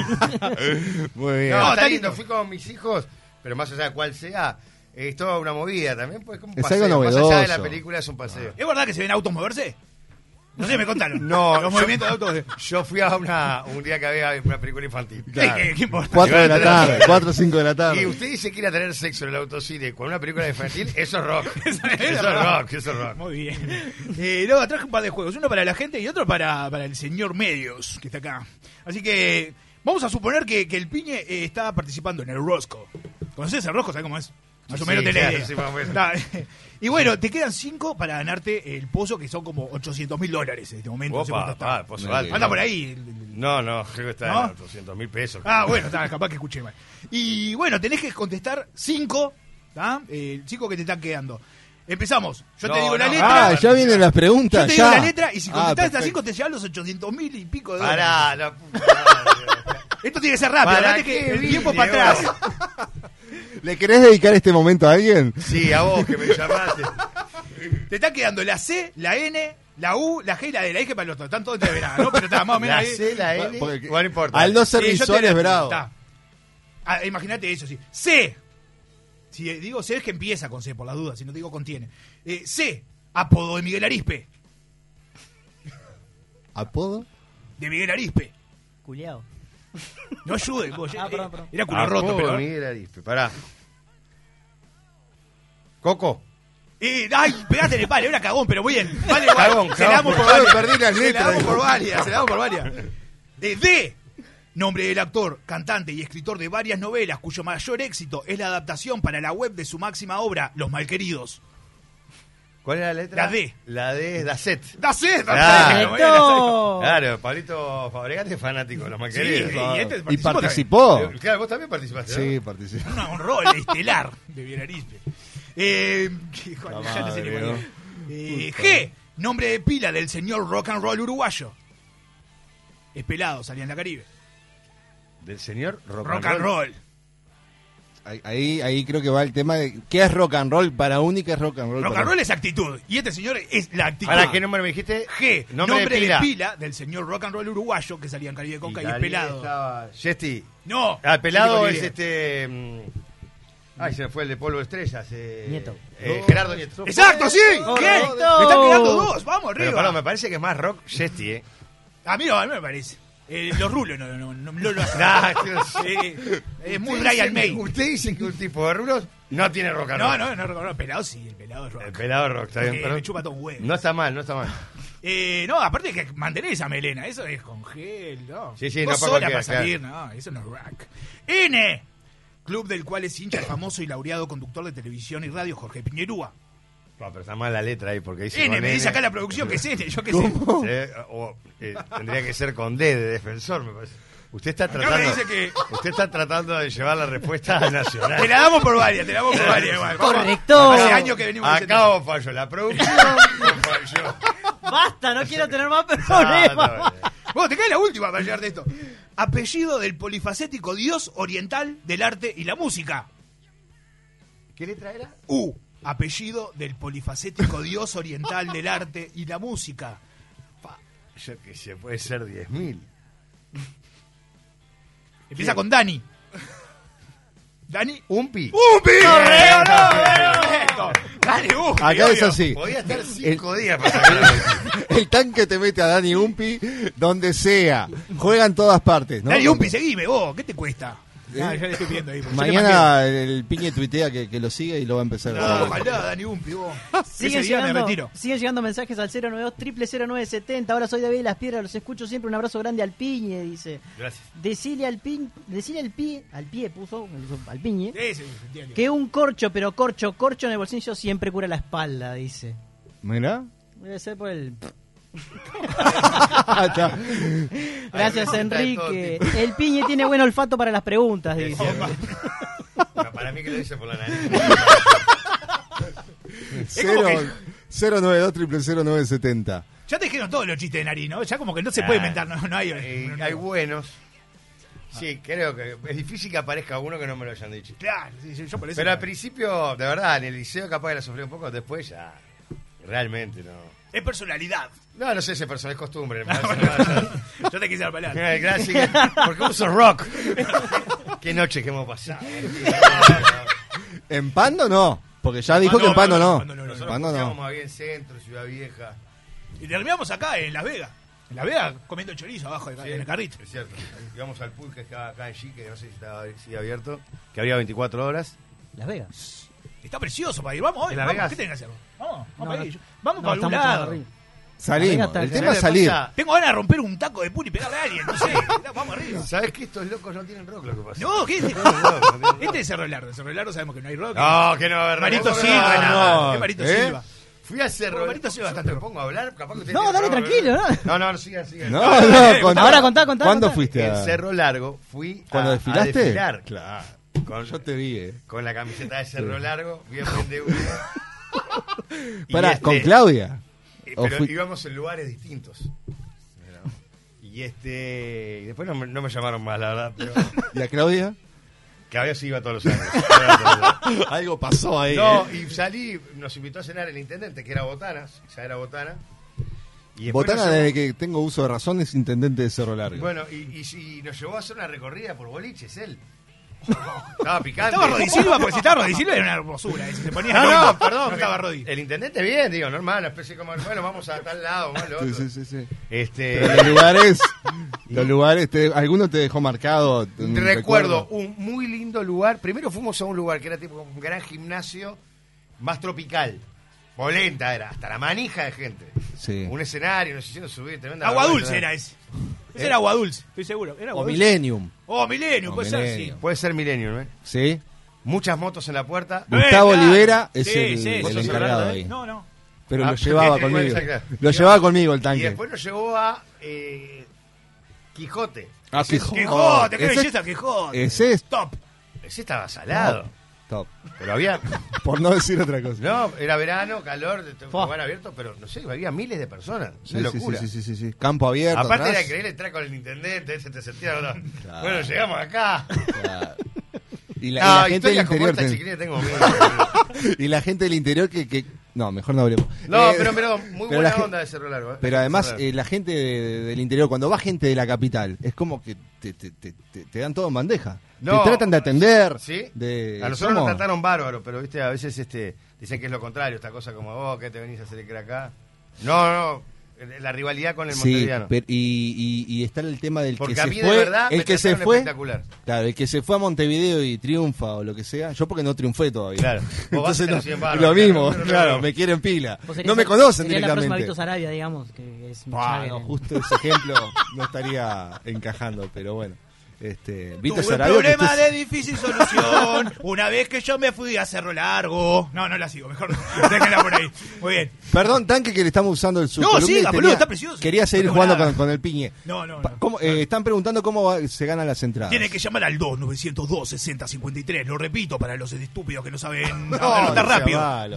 [SPEAKER 3] Muy bien.
[SPEAKER 17] No, está lindo. Fui con mis hijos, pero más allá de cuál sea, es toda una movida también. Pues, como un
[SPEAKER 3] Es
[SPEAKER 17] paseo.
[SPEAKER 3] algo
[SPEAKER 17] Más allá de la
[SPEAKER 3] novedoso.
[SPEAKER 17] película es un paseo.
[SPEAKER 5] ¿Es verdad que se ven autos moverse? No sé, me contaron.
[SPEAKER 17] No,
[SPEAKER 5] los
[SPEAKER 17] yo-
[SPEAKER 5] movimientos de autos.
[SPEAKER 17] Yo fui a una, un día que había una película infantil.
[SPEAKER 5] ¿Qué, qué importa?
[SPEAKER 3] 4 de la tarde, 4 o 5 de la
[SPEAKER 17] Y
[SPEAKER 3] tarde.
[SPEAKER 17] usted dice que ir a tener sexo en el autocine con una película infantil, eso es rock. eso es rock, eso es rock.
[SPEAKER 5] Muy bien. Eh, luego traje un par de juegos. Uno para la gente y otro para, para el señor Medios, que está acá. Así que vamos a suponer que, que el piñe eh, está participando en el Rosco. ¿Conoces el Rosco? ¿Sabes cómo es? Más o
[SPEAKER 17] Sí,
[SPEAKER 5] menos tenés
[SPEAKER 17] claro,
[SPEAKER 5] idea.
[SPEAKER 17] sí, más o menos.
[SPEAKER 5] Está, eh. Y bueno, te quedan cinco para ganarte el pozo, que son como 800 mil dólares en este momento. no sé
[SPEAKER 17] Opa,
[SPEAKER 5] cuánto está.
[SPEAKER 17] ah, pozo alto.
[SPEAKER 5] Anda por ahí.
[SPEAKER 17] No, no, creo que está
[SPEAKER 5] ¿No?
[SPEAKER 17] en 200 mil pesos.
[SPEAKER 5] Ah, bueno, está, capaz que escuché mal. Y bueno, tenés que contestar cinco, ¿tá? Eh, cinco que te están quedando. Empezamos. Yo te
[SPEAKER 3] No,
[SPEAKER 5] digo la
[SPEAKER 3] no.
[SPEAKER 5] letra.
[SPEAKER 3] Ah, ya vienen las preguntas,
[SPEAKER 5] Yo te
[SPEAKER 3] ya.
[SPEAKER 5] digo la letra y si
[SPEAKER 3] Ah,
[SPEAKER 5] contestás estas
[SPEAKER 3] perfecto.
[SPEAKER 5] cinco te llevas los 800 mil y pico de dólares.
[SPEAKER 17] Pará, la puta
[SPEAKER 5] Esto tiene que ser rápido.
[SPEAKER 17] ¿Para
[SPEAKER 5] Acordate que
[SPEAKER 17] qué
[SPEAKER 5] el
[SPEAKER 17] vine,
[SPEAKER 5] tiempo para atrás.
[SPEAKER 3] ¿Le querés dedicar este momento a alguien?
[SPEAKER 17] Sí, a vos que me llamaste.
[SPEAKER 5] Te está quedando la C, la N, la U, la G y la D. La dije para los otros. Están todos entreverados, ¿no? Pero está más o menos
[SPEAKER 17] La
[SPEAKER 5] ahí.
[SPEAKER 17] C, la N,
[SPEAKER 3] Porque-
[SPEAKER 17] igual no importa.
[SPEAKER 3] Al no ser
[SPEAKER 5] Sí, yo te
[SPEAKER 3] visual es
[SPEAKER 5] la-
[SPEAKER 3] bravo.
[SPEAKER 5] Está. Ah, Imagínate eso, sí. C. Si digo C es que empieza con C, por la duda, si no digo contiene. Eh, C. Apodo de Miguel Arispe.
[SPEAKER 3] ¿Apodo?
[SPEAKER 5] De Miguel Arispe.
[SPEAKER 8] Culeado.
[SPEAKER 5] No ayude. vos,
[SPEAKER 8] Ah,
[SPEAKER 5] eh,
[SPEAKER 8] perdón, perdón.
[SPEAKER 5] Era culo
[SPEAKER 17] Ah,
[SPEAKER 5] roto,
[SPEAKER 17] pobre
[SPEAKER 5] pero.
[SPEAKER 17] Miguel Arispe, pará. Coco.
[SPEAKER 5] Eh, ay, pegate en el palo, era cagón, pero muy bien. Vale, igual.
[SPEAKER 17] Cagón,
[SPEAKER 5] se
[SPEAKER 17] cagón,
[SPEAKER 5] la damos por
[SPEAKER 17] por favor,
[SPEAKER 5] varias.
[SPEAKER 17] perdí las
[SPEAKER 5] se
[SPEAKER 17] letras,
[SPEAKER 5] la damos
[SPEAKER 17] dijo.
[SPEAKER 5] por varias, se la damos por varias. Eh, D. Nombre del actor, cantante y escritor de varias novelas cuyo mayor éxito es la adaptación para la web de su máxima obra, Los Malqueridos.
[SPEAKER 17] ¿Cuál era la letra?
[SPEAKER 5] La D.
[SPEAKER 17] La D es Dacet.
[SPEAKER 5] ¡Dacet!
[SPEAKER 17] Claro,
[SPEAKER 5] ¡Correcto!
[SPEAKER 17] claro Pablito Fabregate es fanático, lo más
[SPEAKER 5] Sí,
[SPEAKER 17] querido.
[SPEAKER 5] y este Eh,
[SPEAKER 17] Eh,
[SPEAKER 3] Y participó.
[SPEAKER 17] Claro, vos también participaste.
[SPEAKER 3] Sí,
[SPEAKER 17] ¿no?
[SPEAKER 3] participó.
[SPEAKER 5] Una- un rol estelar de Villarispe. Eh, que-
[SPEAKER 17] La
[SPEAKER 5] ya no sé ni
[SPEAKER 17] madre,
[SPEAKER 5] cuál
[SPEAKER 17] ¿no?
[SPEAKER 5] es. Eh, G, nombre de pila del señor rock and roll uruguayo. Es pelado, salía en la Caribe.
[SPEAKER 17] Del señor Rock,
[SPEAKER 5] Rock and roll.
[SPEAKER 3] Ahí- Ahí, ahí creo que va el tema de qué es rock and roll para uno y qué es rock and roll
[SPEAKER 5] Rock
[SPEAKER 3] para
[SPEAKER 5] and roll es actitud. Y este señor es la actitud.
[SPEAKER 17] Pará, ¿qué número me dijiste?
[SPEAKER 5] G, nombre,
[SPEAKER 17] Nombre de
[SPEAKER 5] de,
[SPEAKER 17] pila.
[SPEAKER 5] pila. del señor rock and roll uruguayo que salía en Caribe Conca y, es
[SPEAKER 17] Darío
[SPEAKER 5] pelado.
[SPEAKER 17] estaba- Yesti.
[SPEAKER 5] No.
[SPEAKER 17] Ah, pelado
[SPEAKER 5] Yesti
[SPEAKER 17] es
[SPEAKER 5] Rodríguez.
[SPEAKER 17] este. mm, Ay, se me fue el de Polvo de Estrellas. eh,
[SPEAKER 5] Nieto.
[SPEAKER 17] eh,
[SPEAKER 5] Oh,
[SPEAKER 17] Gerardo Nieto.
[SPEAKER 5] ¡Exacto, sí! ¿Qué? Me están quedando dos, vamos
[SPEAKER 17] Pero
[SPEAKER 5] arriba.
[SPEAKER 17] pará, me parece que es más rock Yesti, ¿eh?
[SPEAKER 5] A mí no, a mí me parece. Eh, los rulos no, no, no, no lo hacen.
[SPEAKER 17] Nah,
[SPEAKER 5] Eh, es muy
[SPEAKER 17] Ustedes
[SPEAKER 5] Brian
[SPEAKER 17] dicen-
[SPEAKER 5] May.
[SPEAKER 17] Ustedes dicen que un tipo de rulos no tiene rock and
[SPEAKER 5] No,
[SPEAKER 17] roll.
[SPEAKER 5] no, no, rock and roll. Pelado sí, el pelado es rock.
[SPEAKER 17] El pelado rock, está bien.
[SPEAKER 5] Eh,
[SPEAKER 17] pero-
[SPEAKER 5] me chupa todo un huevo.
[SPEAKER 17] No está mal, no está mal.
[SPEAKER 5] Eh, no, aparte que mantener esa melena, eso es con gel, ¿no?
[SPEAKER 17] Sí, sí,
[SPEAKER 5] Vos
[SPEAKER 17] no para
[SPEAKER 5] sola
[SPEAKER 17] cualquiera,
[SPEAKER 5] para salir, no, eso no es rock. N, club del cual es hincha el famoso y laureado conductor de televisión y radio Jorge Piñerúa.
[SPEAKER 17] No, pero está mal la letra ahí porque dice.
[SPEAKER 5] N,
[SPEAKER 17] con
[SPEAKER 5] me dice acá la producción que es N, yo qué sé.
[SPEAKER 17] ¿Cómo? Eh, o, eh, tendría que ser con D de defensor, me parece. Usted está
[SPEAKER 5] Acá me
[SPEAKER 17] tratando.
[SPEAKER 5] dice que-
[SPEAKER 17] Usted está tratando de llevar la respuesta
[SPEAKER 5] Ah,
[SPEAKER 17] a Nacional.
[SPEAKER 5] Te la damos por varias, te la damos por varias. igual. Vamos.
[SPEAKER 8] Correcto.
[SPEAKER 5] Hace años que venimos diciendo-
[SPEAKER 17] Acá vos falló la producción.
[SPEAKER 8] Basta, no quiero tener más problemas.
[SPEAKER 5] Vos, te cae la última para llegar de esto. Apellido del polifacético dios oriental del arte y la música.
[SPEAKER 17] ¿Qué letra era?
[SPEAKER 5] U. Apellido del polifacético dios oriental del arte y la música.
[SPEAKER 17] Yo qué sé, puede ser 10.000.
[SPEAKER 5] Empieza con Dani. ¿Dani?
[SPEAKER 17] Umpi.
[SPEAKER 5] ¡Umpi!
[SPEAKER 17] Correcto,
[SPEAKER 5] ¡Correcto! ¡Dani Umpi!
[SPEAKER 3] Acá es
[SPEAKER 5] obvio.
[SPEAKER 3] así.
[SPEAKER 17] Podía estar cinco
[SPEAKER 3] El-
[SPEAKER 17] días para sacar
[SPEAKER 3] El tanque te mete a Dani Umpi donde sea. Juega en todas partes. ¿no?
[SPEAKER 5] Dani Umpi, seguime vos. ¿Qué te cuesta?
[SPEAKER 3] ¿Eh?
[SPEAKER 5] Ah, ya le estoy pidiendo ahí. porque yo le mandé.
[SPEAKER 3] Mañana el piñe tuitea que, que lo sigue y lo va a empezar a
[SPEAKER 5] No, ojalá, Dani Umpi, vos. Ah, Ese
[SPEAKER 8] Siguen
[SPEAKER 5] día me
[SPEAKER 8] llegando,
[SPEAKER 5] retiro.
[SPEAKER 8] siguen llegando mensajes al 092 0970 Ahora soy David de las Piedras, los escucho siempre. Un abrazo grande al piñe, dice.
[SPEAKER 17] Gracias.
[SPEAKER 8] Decile al pin, decile al pie, al pie puso, al piñe,
[SPEAKER 5] Sí, sí, entiendo.
[SPEAKER 8] que un corcho, pero corcho, corcho en el bolsillo siempre cura la espalda, dice.
[SPEAKER 3] Mirá.
[SPEAKER 8] Debe ser por el.
[SPEAKER 10] Ah,
[SPEAKER 3] Está.
[SPEAKER 8] Gracias,
[SPEAKER 17] Ay, me gusta de todo
[SPEAKER 8] Enrique.
[SPEAKER 17] tipo.
[SPEAKER 8] El piñe tiene buen olfato para las preguntas, dice.
[SPEAKER 17] No, para mí que lo dice por la nariz.
[SPEAKER 3] Cero- 092 0970.
[SPEAKER 5] Ya te dijeron todos los chistes de nariz, ¿no? Ya como que no se puede
[SPEAKER 17] Ah.
[SPEAKER 5] inventar, no, no hay.
[SPEAKER 17] Eh, hay buenos. Sí, creo que es difícil que aparezca uno que no me lo hayan dicho.
[SPEAKER 5] Claro, sí, sí, yo por eso.
[SPEAKER 17] Pero al principio, de verdad, en el liceo capaz que la sufrí un poco, después ya. Realmente no.
[SPEAKER 5] Es personalidad.
[SPEAKER 17] No, no sé si es personal, es costumbre.
[SPEAKER 5] Yo te quise la palabra.
[SPEAKER 17] Eh, Gracias. Porque uso rock. Qué noche que hemos pasado. eh.
[SPEAKER 3] ¿En Pando no? Porque ya dijo que en Pando no. En
[SPEAKER 17] Nosotros
[SPEAKER 3] Pando no.
[SPEAKER 17] estábamos aquí en Centro, Ciudad Vieja.
[SPEAKER 5] Y terminamos acá en Las Vegas. En Las Vegas comiendo chorizo abajo de- en el carrito.
[SPEAKER 17] Es cierto. Íbamos al pool que estaba acá en Chique, que no sé si estaba sigue abierto, que había 24 horas.
[SPEAKER 8] Las Vegas.
[SPEAKER 5] Está precioso para ir. Vamos hoy.
[SPEAKER 17] ¿En Las
[SPEAKER 5] vamos,
[SPEAKER 17] Vegas?
[SPEAKER 5] ¿Qué tenés que hacer? Vamos, vamos
[SPEAKER 8] No,
[SPEAKER 5] para ir.
[SPEAKER 8] no,
[SPEAKER 5] Vamos
[SPEAKER 8] no,
[SPEAKER 5] para algún
[SPEAKER 8] estamos en
[SPEAKER 5] lado.
[SPEAKER 8] Madrid.
[SPEAKER 3] Salimos.
[SPEAKER 17] Hasta
[SPEAKER 3] El
[SPEAKER 17] el
[SPEAKER 3] tema es
[SPEAKER 17] final de
[SPEAKER 3] salir.
[SPEAKER 17] cuenta-
[SPEAKER 5] Tengo ganas de romper un taco de pool y pegarle a alguien. No sé. Vamos arriba.
[SPEAKER 17] ¿Sabés que estos locos no tienen rock lo que pasa?
[SPEAKER 5] No, ¿qué es
[SPEAKER 17] No tienen rock, no tienen rock.
[SPEAKER 5] Este es Cerro Largo. En Cerro Largo sabemos que no hay rock.
[SPEAKER 17] No, que no va a haber
[SPEAKER 5] Marito
[SPEAKER 17] rock.
[SPEAKER 5] Silva,
[SPEAKER 17] No,
[SPEAKER 5] nada.
[SPEAKER 17] no.
[SPEAKER 5] Es Marito
[SPEAKER 17] ¿Eh?
[SPEAKER 5] Silva.
[SPEAKER 17] Fui a Cerro.
[SPEAKER 5] Marito Silva
[SPEAKER 17] Yo
[SPEAKER 5] bastante
[SPEAKER 17] me pongo a hablar, capaz que ustedes
[SPEAKER 8] No,
[SPEAKER 17] tienen
[SPEAKER 8] dale
[SPEAKER 17] rock,
[SPEAKER 8] tranquilo.
[SPEAKER 17] ¿verdad?
[SPEAKER 8] No,
[SPEAKER 17] No, no, siga, siga.
[SPEAKER 3] No, no, contá.
[SPEAKER 8] Ahora contá, contá,
[SPEAKER 3] ¿Cuándo
[SPEAKER 8] contá.
[SPEAKER 3] fuiste
[SPEAKER 17] En
[SPEAKER 3] a-
[SPEAKER 17] Cerro Largo fui a-
[SPEAKER 3] ¿Cuando
[SPEAKER 17] a,
[SPEAKER 3] desfilaste?
[SPEAKER 17] desfilar. Claro. Con,
[SPEAKER 3] Yo te vi, eh.
[SPEAKER 17] con la camiseta de Cerro
[SPEAKER 3] Sí.
[SPEAKER 17] Largo, bien pendejo. Y
[SPEAKER 3] Pará,
[SPEAKER 17] este-
[SPEAKER 3] ¿con Claudia?
[SPEAKER 17] Eh,
[SPEAKER 3] ¿O
[SPEAKER 17] Pero
[SPEAKER 3] fui-
[SPEAKER 17] íbamos en lugares distintos. Era- Y este. Y después no, me- no me llamaron más, la verdad. Pero
[SPEAKER 3] ¿Y a Claudia?
[SPEAKER 17] Claudio sí iba todos los años. Iba todos los años.
[SPEAKER 3] Algo pasó ahí.
[SPEAKER 17] No,
[SPEAKER 3] eh.
[SPEAKER 17] y salí, nos invitó a cenar el intendente, que era Botana, ya era Botana. Y después
[SPEAKER 3] Botana,
[SPEAKER 17] nos-
[SPEAKER 3] desde que tengo uso de razón, es intendente de Cerro Largo.
[SPEAKER 17] Bueno, y, y- y nos llevó a hacer una recorrida por boliches, él. Estaba picante.
[SPEAKER 5] Estaba Rodi Silva, porque si estaba Rodi Silva era una hermosura. eh, Si se ponía
[SPEAKER 17] No,
[SPEAKER 5] loco.
[SPEAKER 17] no, perdón.
[SPEAKER 5] No
[SPEAKER 17] que
[SPEAKER 5] estaba Rodi.
[SPEAKER 17] El intendente bien, digo, normal, una especie como, bueno, vamos a tal lado, vamos al otro.
[SPEAKER 3] Sí, sí, sí, sí.
[SPEAKER 17] Este,
[SPEAKER 3] Pero los lugares, los lugares, te- alguno te dejó marcado. mm, un
[SPEAKER 17] recuerdo un muy lindo lugar. Primero fuimos a un lugar que era tipo un gran gimnasio, más tropical. Polenta era, hasta la manija de gente.
[SPEAKER 3] Sí.
[SPEAKER 17] Un escenario, nos hicieron subir tremenda.
[SPEAKER 5] Agua
[SPEAKER 17] vergüenza.
[SPEAKER 5] dulce era ese. Ese
[SPEAKER 17] ¿Eh?
[SPEAKER 5] era agua dulce, estoy seguro. Era agua
[SPEAKER 3] O
[SPEAKER 5] dulce.
[SPEAKER 3] Millennium.
[SPEAKER 5] Oh, Millennium,
[SPEAKER 3] O
[SPEAKER 5] puede ser, sí.
[SPEAKER 3] Millennium.
[SPEAKER 17] Puede ser Millennium, ¿eh?
[SPEAKER 3] Sí.
[SPEAKER 17] Muchas motos en la puerta.
[SPEAKER 3] Gustavo
[SPEAKER 5] Eh, claro.
[SPEAKER 3] Olivera es
[SPEAKER 5] Sí,
[SPEAKER 3] el,
[SPEAKER 5] sí,
[SPEAKER 3] el
[SPEAKER 5] sí, sí.
[SPEAKER 3] encargado ahí.
[SPEAKER 5] No, no.
[SPEAKER 3] Pero
[SPEAKER 17] Ah,
[SPEAKER 3] lo llevaba
[SPEAKER 17] bien,
[SPEAKER 3] conmigo.
[SPEAKER 17] bueno, exacto.
[SPEAKER 3] Lo llevaba conmigo el tanque.
[SPEAKER 17] Y después nos llevó a eh, Quijote.
[SPEAKER 3] Ah,
[SPEAKER 17] Ese-
[SPEAKER 3] Quijote.
[SPEAKER 17] Quijote, qué
[SPEAKER 3] Ese-
[SPEAKER 17] belleza, Quijote.
[SPEAKER 3] ese es- este.
[SPEAKER 17] top. Ese estaba salado.
[SPEAKER 3] Top.
[SPEAKER 17] Pero había.
[SPEAKER 3] Por no decir otra cosa.
[SPEAKER 17] No, era verano, calor, de- lugar abierto, pero no sé, había miles de personas.
[SPEAKER 3] Sí,
[SPEAKER 17] una
[SPEAKER 3] sí,
[SPEAKER 17] locura.
[SPEAKER 3] sí, sí, sí, sí. Campo abierto.
[SPEAKER 17] Aparte
[SPEAKER 3] atrás.
[SPEAKER 17] era increíble entrar con el intendente, ese te sentía. ¿verdad?
[SPEAKER 3] Claro.
[SPEAKER 17] Bueno, llegamos acá.
[SPEAKER 3] Claro. Y la, y
[SPEAKER 17] No,
[SPEAKER 3] la gente del
[SPEAKER 17] historias como
[SPEAKER 3] interior.
[SPEAKER 17] esta,
[SPEAKER 3] ten-
[SPEAKER 17] chiquilines, tengo
[SPEAKER 3] y la gente del interior que. que- No, mejor no hablemos.
[SPEAKER 17] No,
[SPEAKER 3] Eh,
[SPEAKER 17] pero, pero muy
[SPEAKER 3] pero
[SPEAKER 17] buena
[SPEAKER 3] la gen-
[SPEAKER 17] onda de Cerro Largo. eh.
[SPEAKER 3] Pero además,
[SPEAKER 17] Cerro Largo.
[SPEAKER 3] eh, la gente de- de- del interior, cuando va gente de la capital, es como que te, te- te- te- te dan todo en bandeja.
[SPEAKER 17] No.
[SPEAKER 3] te tratan de atender.
[SPEAKER 17] ¿Sí?
[SPEAKER 3] De,
[SPEAKER 17] a nosotros nos
[SPEAKER 3] somos-
[SPEAKER 17] trataron bárbaro, pero viste, a veces este dicen que es lo contrario, esta cosa como vos, que te venís a hacer el crack acá. No, no, la rivalidad con el
[SPEAKER 3] Sí,
[SPEAKER 17] montevideano.
[SPEAKER 3] pero- y, y- y está el tema del
[SPEAKER 17] Porque
[SPEAKER 3] que
[SPEAKER 17] a
[SPEAKER 3] se
[SPEAKER 17] mí de
[SPEAKER 3] fue,
[SPEAKER 17] verdad me
[SPEAKER 3] el que se
[SPEAKER 17] trataron
[SPEAKER 3] fue,
[SPEAKER 17] espectacular.
[SPEAKER 3] claro, el que se fue a Montevideo y triunfa o lo que sea, yo porque no triunfé todavía.
[SPEAKER 17] Claro. Vos vas a
[SPEAKER 3] Entonces
[SPEAKER 17] ser
[SPEAKER 3] no-
[SPEAKER 17] así en barro,
[SPEAKER 3] lo
[SPEAKER 17] claro,
[SPEAKER 3] mismo,
[SPEAKER 17] claro,
[SPEAKER 3] claro,
[SPEAKER 17] claro.
[SPEAKER 3] me quieren pila.
[SPEAKER 8] Vos serías-
[SPEAKER 3] No me conocen
[SPEAKER 8] serías la próxima
[SPEAKER 3] directamente.
[SPEAKER 8] Vito Sarabia, digamos, que es
[SPEAKER 3] Buah,
[SPEAKER 8] Michael
[SPEAKER 3] no,
[SPEAKER 8] en-
[SPEAKER 3] justo ese ejemplo no estaría encajando, pero bueno. Este, Vito
[SPEAKER 5] Tuve un
[SPEAKER 3] Sarabia, que
[SPEAKER 5] problema
[SPEAKER 3] usted-
[SPEAKER 5] de difícil solución. Una vez que yo me fui a Cerro Largo. No, no la sigo, mejor déjenla por ahí. Muy bien.
[SPEAKER 3] Perdón, tanque que le estamos usando el su
[SPEAKER 5] No,
[SPEAKER 3] columna y
[SPEAKER 5] siga,
[SPEAKER 3] tenía-
[SPEAKER 5] boludo, está precioso.
[SPEAKER 3] Quería seguir
[SPEAKER 5] No tengo
[SPEAKER 3] jugando
[SPEAKER 5] nada.
[SPEAKER 3] con, con el piñe.
[SPEAKER 5] No, no,
[SPEAKER 3] Pa- ¿cómo, eh, están preguntando cómo va- se ganan las entradas.
[SPEAKER 5] Tiene que llamar al 2902-6053. Lo repito para los estúpidos que no saben
[SPEAKER 3] No,
[SPEAKER 5] anotar rápido.
[SPEAKER 3] chavalo.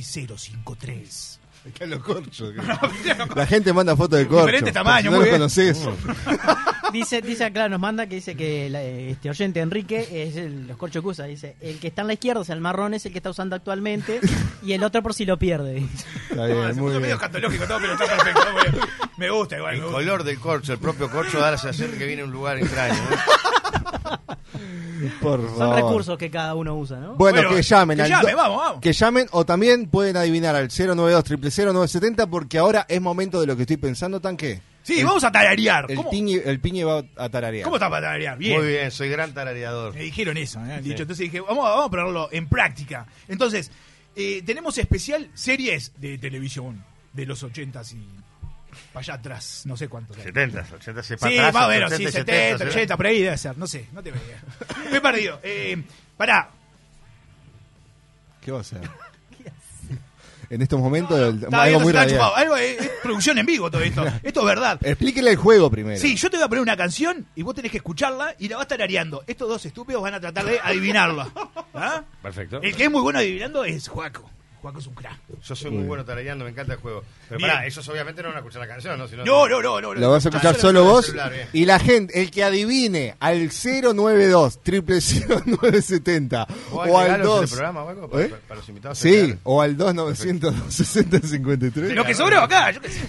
[SPEAKER 5] 2902-6053.
[SPEAKER 3] Acá los corchos. La gente manda fotos de corcho.
[SPEAKER 5] Diferente tamaño, muy
[SPEAKER 3] no lo
[SPEAKER 5] bien.
[SPEAKER 3] conocés.
[SPEAKER 8] Dice, dice acá, nos manda que dice que la- este oyente Enrique es el, los corchos que usa. Dice: el que está en la izquierda, o sea, el marrón es el que está usando actualmente, y el otro por si lo pierde. dice.
[SPEAKER 3] Está bien,
[SPEAKER 5] Se
[SPEAKER 3] muy
[SPEAKER 5] puso
[SPEAKER 3] bien.
[SPEAKER 5] medio escatológico todo, pero está perfecto. está muy bien. Me gusta igual.
[SPEAKER 17] El
[SPEAKER 5] me gusta.
[SPEAKER 17] color del corcho, el propio corcho da la sensación de que viene a un lugar extraño.
[SPEAKER 3] Por
[SPEAKER 8] Son
[SPEAKER 3] favor.
[SPEAKER 8] recursos que cada uno usa, ¿no?
[SPEAKER 3] Bueno, que llamen. al do-
[SPEAKER 5] vamos, vamos.
[SPEAKER 3] Que llamen o también pueden adivinar al 092 00970 porque ahora es momento de lo que estoy pensando, tanque.
[SPEAKER 5] Sí, vamos a tararear.
[SPEAKER 3] El,
[SPEAKER 5] ¿Cómo?
[SPEAKER 3] tiñe- el piñe va a tararear.
[SPEAKER 5] ¿Cómo está para tararear? Bien.
[SPEAKER 17] Muy bien, soy gran tarareador.
[SPEAKER 5] Me dijeron eso, me han dicho.
[SPEAKER 17] Sí.
[SPEAKER 5] Entonces dije, vamos, vamos a ponerlo en práctica. Entonces, eh, tenemos especial series de televisión de los 80s y para allá atrás, no sé cuántos. hay.
[SPEAKER 17] 70, 80, se
[SPEAKER 5] Sí, más o menos, sí, 70, 80, por ahí debe ser, no sé, no te veía. Me he perdido. Eh, pará,
[SPEAKER 3] ¿Qué va a hacer? En estos momentos, el-
[SPEAKER 5] estaba
[SPEAKER 3] algo
[SPEAKER 5] viendo
[SPEAKER 3] muy
[SPEAKER 5] si estaba
[SPEAKER 3] radial.
[SPEAKER 5] chupado. Algo eh, es, es producción en vivo todo esto. Esto es verdad.
[SPEAKER 3] Explíquele el juego primero.
[SPEAKER 5] Sí, yo te voy a poner una canción y vos tenés que escucharla y la vas tarareando. Estos dos estúpidos van a tratar de adivinarla. ¿Ah?
[SPEAKER 17] Perfecto.
[SPEAKER 5] El que es muy bueno adivinando es Juaco. Juaco es un crack.
[SPEAKER 17] Yo soy muy bueno tarareando, me encanta el juego. Pero
[SPEAKER 5] Bien.
[SPEAKER 17] pará, ellos obviamente no van a escuchar la canción, ¿no? Si
[SPEAKER 5] No, no, no, no, no.
[SPEAKER 3] Lo vas a escuchar
[SPEAKER 17] Ah,
[SPEAKER 3] solo
[SPEAKER 17] yo lo
[SPEAKER 3] vos
[SPEAKER 17] escucho en el celular, bien.
[SPEAKER 3] y la gente, el que adivine al 092 0970
[SPEAKER 17] ¿O
[SPEAKER 3] o,
[SPEAKER 17] hay
[SPEAKER 3] al
[SPEAKER 17] regalos en el
[SPEAKER 3] 2
[SPEAKER 17] programa o algo para-
[SPEAKER 3] ¿Eh?
[SPEAKER 17] para- para los invitados a
[SPEAKER 3] Sí,
[SPEAKER 17] quedar?
[SPEAKER 3] o al 2900 6053.
[SPEAKER 5] Lo que sobró acá, Ah, yo qué sé.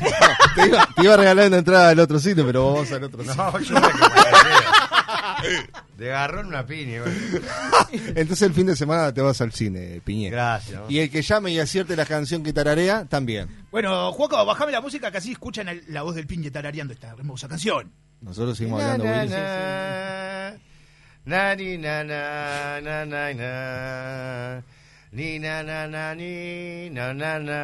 [SPEAKER 3] Te iba, te iba a regalar una entrada al otro sitio, pero vos vas al otro
[SPEAKER 17] No,
[SPEAKER 3] sitio.
[SPEAKER 17] yo me agarré. De garrón una piña. güey.
[SPEAKER 3] Entonces el fin de semana te vas al cine, Piñé.
[SPEAKER 17] Gracias.
[SPEAKER 3] Y el que llame y acierte la canción que tararea, también.
[SPEAKER 5] Bueno, Juaco, bajame la música que así escuchan el- la voz del pinche tarareando esta hermosa canción.
[SPEAKER 3] Nosotros seguimos
[SPEAKER 17] Na,
[SPEAKER 3] hablando,
[SPEAKER 17] na,
[SPEAKER 3] Willy.
[SPEAKER 17] na. Na, ni, na, na, na, na, na. Ni, na, na, na, ni, na, na, na.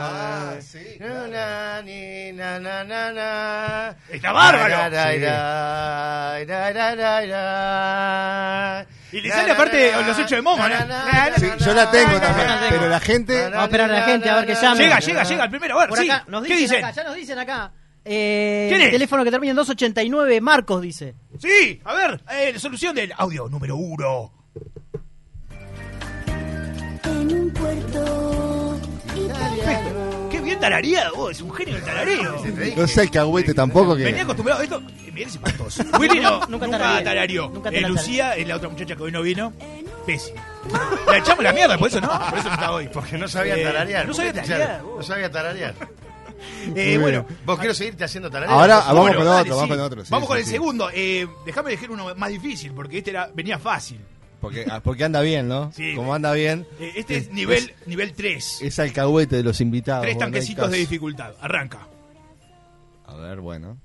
[SPEAKER 5] Ah,
[SPEAKER 17] Na, na, ni, na, na, na, na.
[SPEAKER 5] ¡Está bárbaro!
[SPEAKER 17] Da, da,
[SPEAKER 5] Sí.
[SPEAKER 17] da, da, da, da, da.
[SPEAKER 5] Y le
[SPEAKER 17] Na,
[SPEAKER 5] sale
[SPEAKER 17] na,
[SPEAKER 5] aparte
[SPEAKER 17] na,
[SPEAKER 5] los hechos de Momo, ¿no?
[SPEAKER 17] na, na, na,
[SPEAKER 3] Sí,
[SPEAKER 17] na,
[SPEAKER 3] yo la tengo
[SPEAKER 17] na,
[SPEAKER 3] también,
[SPEAKER 17] na, na.
[SPEAKER 3] pero la gente...
[SPEAKER 8] Vamos a esperar a la gente a ver que llame.
[SPEAKER 5] Llega, llega, llega, el primero, a ver,
[SPEAKER 8] Por
[SPEAKER 5] sí.
[SPEAKER 8] acá, nos
[SPEAKER 5] ¿Qué
[SPEAKER 8] dicen
[SPEAKER 5] dicen?
[SPEAKER 8] acá, ya nos dicen acá. Eh,
[SPEAKER 5] ¿Quién es?
[SPEAKER 8] Teléfono que termina en 289, Marcos dice.
[SPEAKER 5] Sí, a ver, eh, solución del audio número uno.
[SPEAKER 20] En un puerto italiano.
[SPEAKER 5] Qué bien tarareado vos, es un genio el tarareo.
[SPEAKER 3] No sé el cagüete tampoco que...
[SPEAKER 5] Venía acostumbrado a esto. Eh, Miren si espantoso. Willy no,
[SPEAKER 8] Nunca
[SPEAKER 5] nunca, nunca
[SPEAKER 8] tarareé.
[SPEAKER 5] tarareó.
[SPEAKER 8] Nunca
[SPEAKER 5] Eh,
[SPEAKER 8] tarareé.
[SPEAKER 5] Lucía es la otra muchacha que hoy no vino. Pésima. La echamos la mierda, por eso no. Por eso no está hoy.
[SPEAKER 17] Porque no sabía
[SPEAKER 5] Eh,
[SPEAKER 17] tararear.
[SPEAKER 5] No
[SPEAKER 17] ¿por qué
[SPEAKER 5] sabía
[SPEAKER 17] te
[SPEAKER 5] tararear.
[SPEAKER 17] echaron? No sabía tararear.
[SPEAKER 5] Eh, bueno, eh,
[SPEAKER 17] Vos quiero seguirte haciendo tararear.
[SPEAKER 3] Ahora
[SPEAKER 17] Por
[SPEAKER 3] vamos
[SPEAKER 17] supuesto.
[SPEAKER 3] con otro,
[SPEAKER 5] sí.
[SPEAKER 3] vamos con otro. sí,
[SPEAKER 5] Vamos
[SPEAKER 3] sí,
[SPEAKER 5] con el
[SPEAKER 3] sí.
[SPEAKER 5] segundo. Eh, Déjame elegir uno más difícil, porque este era, venía fácil.
[SPEAKER 3] Porque, ah, porque anda bien, ¿no?
[SPEAKER 5] Sí.
[SPEAKER 3] Como anda bien,
[SPEAKER 5] Eh, este es nivel, nivel 3.
[SPEAKER 3] es alcahuete de los invitados.
[SPEAKER 5] Tres
[SPEAKER 3] Ah, bueno, hay
[SPEAKER 5] tanquecitos de
[SPEAKER 3] caso.
[SPEAKER 5] dificultad. Arranca.
[SPEAKER 3] A ver, bueno.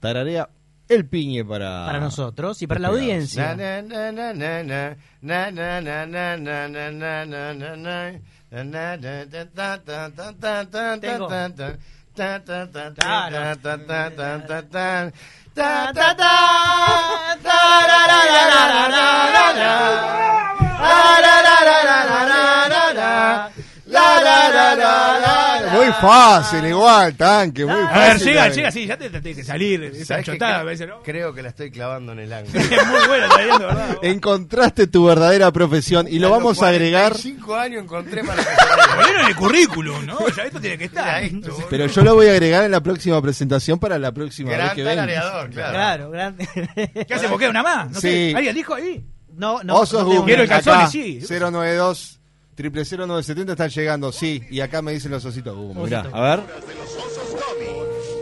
[SPEAKER 3] Tararea el piñe para...
[SPEAKER 8] Para nosotros y para la audiencia.
[SPEAKER 17] Na, na, na, na, na, na, na, na, na, na, na, na, na, na, na. Na, na, na, ta, ta, ta, ta, ta, ta,
[SPEAKER 8] Tengo.
[SPEAKER 17] ta, ta. Ta, ta, ta, ta,
[SPEAKER 8] Claro.
[SPEAKER 17] ta, ta, ta, ta, ta.
[SPEAKER 8] Ta,
[SPEAKER 17] Ta,
[SPEAKER 8] ta,
[SPEAKER 17] ta,
[SPEAKER 8] ta.
[SPEAKER 17] ta, ra, ra, ra, ra, ra, ra, ra, ra. Ra, ra, ra, ra, ra, ra, ra, ra, ra. la, la, la, la, la, la, la.
[SPEAKER 3] Muy fácil, igual, tanque, muy
[SPEAKER 5] A
[SPEAKER 3] fácil.
[SPEAKER 5] ver, llega,
[SPEAKER 3] tanque.
[SPEAKER 5] llega, sí, ya te te tenés que salir. Esa
[SPEAKER 17] ¿Sabés qué?
[SPEAKER 5] chotada,
[SPEAKER 17] Creo-
[SPEAKER 5] me dice, ¿no?
[SPEAKER 17] Creo que la estoy clavando en el ángulo.
[SPEAKER 5] Es muy buena, está bien, de verdad.
[SPEAKER 3] Encontraste tu verdadera profesión y lo vamos a agregar.
[SPEAKER 17] 5 años encontré para
[SPEAKER 5] en el currículum, ¿no? Ya esto tiene que estar.
[SPEAKER 3] Pero yo lo voy a agregar en la próxima presentación para la próxima vez
[SPEAKER 17] Gran
[SPEAKER 3] que venga.
[SPEAKER 17] tarareador, claro.
[SPEAKER 8] Claro, grande.
[SPEAKER 5] ¿Qué hace? ¿Por qué una más? No
[SPEAKER 3] Sí.
[SPEAKER 5] sé. ¿Alguien dijo ahí?
[SPEAKER 8] No, no.
[SPEAKER 3] Osos
[SPEAKER 8] no tengo
[SPEAKER 3] Gummer,
[SPEAKER 8] Quiero el calzón,
[SPEAKER 3] acá,
[SPEAKER 8] sí.
[SPEAKER 3] 092 triple están llegando, sí. Y acá me dicen los ositos Gummer. Mirá,
[SPEAKER 10] Osito.
[SPEAKER 3] a ver.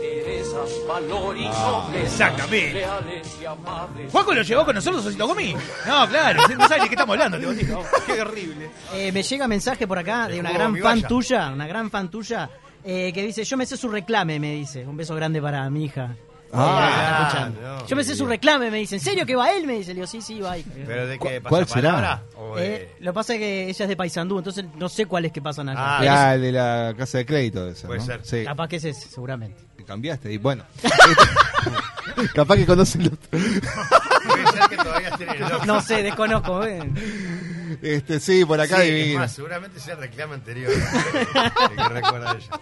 [SPEAKER 10] Teresa, valor y
[SPEAKER 3] Ah,
[SPEAKER 10] nobleza,
[SPEAKER 5] exactamente.
[SPEAKER 10] leales y amables.
[SPEAKER 5] ¿Juaco lo llevó con nosotros, Osito Gomí? No, claro, no sabes de qué estamos hablando, te digo, tío. Qué horrible.
[SPEAKER 8] Eh, me llega mensaje por acá de una
[SPEAKER 5] juego
[SPEAKER 8] gran
[SPEAKER 5] mi
[SPEAKER 8] fan
[SPEAKER 5] valla.
[SPEAKER 8] tuya, una gran fan tuya, eh, que dice, yo me sé su reclame, me dice. Un beso grande para mi hija. Eh,
[SPEAKER 3] Ah,
[SPEAKER 8] la está escuchando.
[SPEAKER 3] no,
[SPEAKER 8] yo me sé su reclame, me dice. ¿En serio que va él? Me dice. Le digo, sí, sí, va.
[SPEAKER 17] ¿Pero de qué?
[SPEAKER 3] cuál será?
[SPEAKER 17] ¿Pasapalabra? ¿O de-
[SPEAKER 8] Eh, lo que pasa es que ella es de Paysandú, entonces no sé cuáles que pasan allá.
[SPEAKER 3] Ah, el de la casa de crédito. Esa,
[SPEAKER 8] Puede
[SPEAKER 3] ¿no?
[SPEAKER 8] ser.
[SPEAKER 3] Sí.
[SPEAKER 8] Capaz que es ese, seguramente.
[SPEAKER 3] Te cambiaste y bueno. Capaz que conoce el otro.
[SPEAKER 17] Puede ser que todavía estén en el ojo.
[SPEAKER 8] No sé, desconozco. eh.
[SPEAKER 3] Este, sí, por acá
[SPEAKER 17] Sí, es
[SPEAKER 3] divino.
[SPEAKER 17] más, seguramente sea el reclame anterior. el que recuerda ella.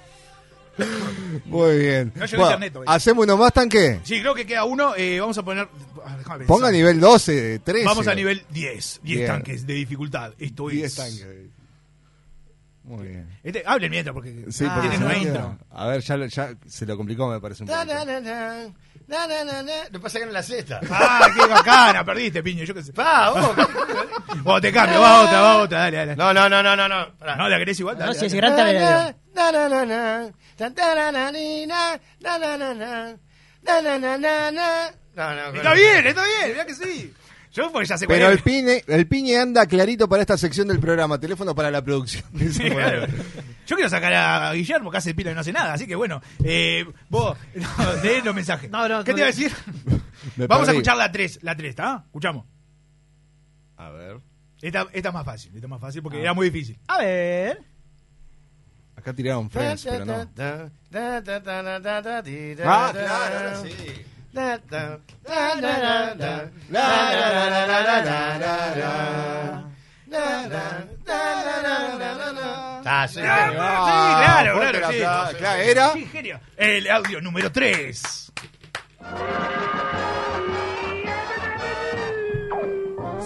[SPEAKER 3] Muy bien.
[SPEAKER 5] No llegó
[SPEAKER 3] Bueno,
[SPEAKER 5] internet hoy.
[SPEAKER 3] ¿Hacemos uno más, tanque?
[SPEAKER 5] Sí, creo que queda uno. eh, vamos a poner. ah, déjame pensar.
[SPEAKER 3] Ponga nivel 12, 13.
[SPEAKER 5] Vamos a nivel 10. 10
[SPEAKER 3] Bien.
[SPEAKER 5] tanques de dificultad. Esto es.
[SPEAKER 3] 10 tanques. Muy bien.
[SPEAKER 5] Este, hablen mientras porque
[SPEAKER 3] Sí,
[SPEAKER 5] ah,
[SPEAKER 3] porque
[SPEAKER 5] tienen una
[SPEAKER 3] si no,
[SPEAKER 5] intro.
[SPEAKER 3] A ver, ya, lo- ya se lo complicó, me parece un poco.
[SPEAKER 17] Na, na, na, na. Na, na, na, na. Lo que pasa es que no la cesta.
[SPEAKER 5] Ah, qué bacana, perdiste, piño. Yo qué sé.
[SPEAKER 17] Pa, vos.
[SPEAKER 5] Vos te cambio, va otra, va otra, dale, dale.
[SPEAKER 17] No, no, no, no, no. No,
[SPEAKER 5] No, la querés igual. dale, dale.
[SPEAKER 17] Na, na, na, na. Tan, tan, na, na, ni, na. Na, na, na, na. Na, na, na, na, na. No, no,
[SPEAKER 5] Está
[SPEAKER 17] con-
[SPEAKER 5] bien, está bien, mirá que sí. Yo porque ya sé cuál
[SPEAKER 3] Pero
[SPEAKER 5] es.
[SPEAKER 3] el piñe, el piñe anda clarito para esta sección del programa. Teléfono para la producción.
[SPEAKER 5] Sí, claro. Yo quiero sacar a Guillermo, que hace pila y no hace nada, así que bueno, eh, vos, no, lee los mensajes. ¿Qué te iba a decir?
[SPEAKER 3] Me
[SPEAKER 5] Vamos a
[SPEAKER 3] perdí.
[SPEAKER 5] escuchar la 3, la 3, ¿está? Escuchamos.
[SPEAKER 3] A ver.
[SPEAKER 5] Esta, esta es más fácil, esta es más fácil porque
[SPEAKER 3] Ah.
[SPEAKER 5] era muy difícil.
[SPEAKER 8] A ver.
[SPEAKER 3] Acá tiraron Friends, pero no.
[SPEAKER 17] Da, da, da, da, da, da, di, da,
[SPEAKER 3] Ah,
[SPEAKER 17] da,
[SPEAKER 3] claro,
[SPEAKER 17] da.
[SPEAKER 3] ahora sí.
[SPEAKER 17] Da, da, da, da, da, da. Da, da, da, da, da, da, da, da. Da, da, da, da, da, da, da, da. Ah, sí,
[SPEAKER 5] Ah,
[SPEAKER 17] claro.
[SPEAKER 5] sí, claro,
[SPEAKER 17] fuerte
[SPEAKER 5] claro,
[SPEAKER 17] el
[SPEAKER 5] sí.
[SPEAKER 17] aplauso.
[SPEAKER 3] Claro, era-
[SPEAKER 5] Sí, genio. El audio número 3.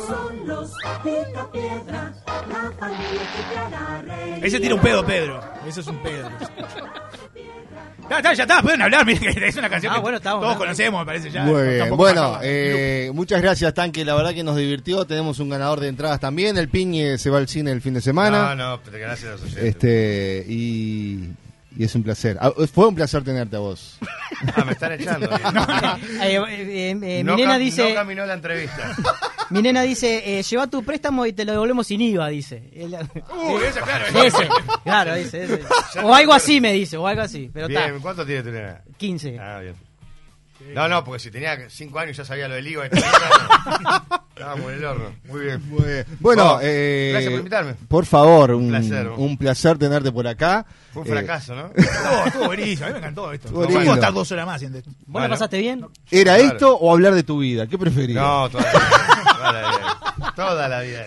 [SPEAKER 10] Son los piedra, la familia que te hará reír.
[SPEAKER 5] Ese tira un pedo, Pedro. Eso es un pedo. Ya está, ya está, pueden hablar, miren que es una canción
[SPEAKER 8] Ah,
[SPEAKER 5] que
[SPEAKER 8] bueno, estamos
[SPEAKER 5] todos
[SPEAKER 8] hablando.
[SPEAKER 5] conocemos, me parece ya.
[SPEAKER 3] Muy bien.
[SPEAKER 5] Tampoco
[SPEAKER 3] Bueno,
[SPEAKER 5] pasaba.
[SPEAKER 3] eh, muchas gracias, Tanque. La verdad que nos divirtió. Tenemos un ganador de entradas también. El Piñe se va al cine el fin de semana.
[SPEAKER 17] No, no, pero gracias a los oyentes.
[SPEAKER 3] Este, y, y es un placer. Ah, Fue un placer tenerte a vos.
[SPEAKER 17] Ah, me están echando.
[SPEAKER 8] Eh, eh, eh, eh,
[SPEAKER 17] No
[SPEAKER 8] mi nena
[SPEAKER 17] cam-
[SPEAKER 8] dice,
[SPEAKER 17] No caminó la entrevista.
[SPEAKER 8] mi nena dice, eh, lleva tu préstamo y te lo devolvemos sin IVA, dice. El-
[SPEAKER 17] Uh, ese, claro.
[SPEAKER 8] Ese, claro, dice. ese. O algo así me dice, o algo así. Pero está.
[SPEAKER 17] Bien, ¿cuánto tiene tu nena?
[SPEAKER 8] 15.
[SPEAKER 17] Ah, bien. No, no, porque si tenía 5 años ya sabía lo del IVA. Estábamos en el horno. Muy bien.
[SPEAKER 3] Muy bien. Bueno,
[SPEAKER 17] Bueno,
[SPEAKER 3] eh,
[SPEAKER 17] gracias por invitarme.
[SPEAKER 3] Por favor, un, un
[SPEAKER 17] placer.
[SPEAKER 3] placer, tenerte por acá.
[SPEAKER 17] Fue un
[SPEAKER 3] Eh,
[SPEAKER 17] fracaso, ¿no?
[SPEAKER 5] No, estuvo buenísimo, a mí me encantó esto.
[SPEAKER 3] Estuvo
[SPEAKER 5] No
[SPEAKER 3] lindo.
[SPEAKER 5] puedo estar dos horas más haciendo esto.
[SPEAKER 8] ¿Vos la pasaste bien?
[SPEAKER 3] ¿Era
[SPEAKER 17] Claro.
[SPEAKER 3] esto o hablar de tu vida? ¿Qué preferís?
[SPEAKER 17] No, toda la vida. Toda la vida. Toda la vida.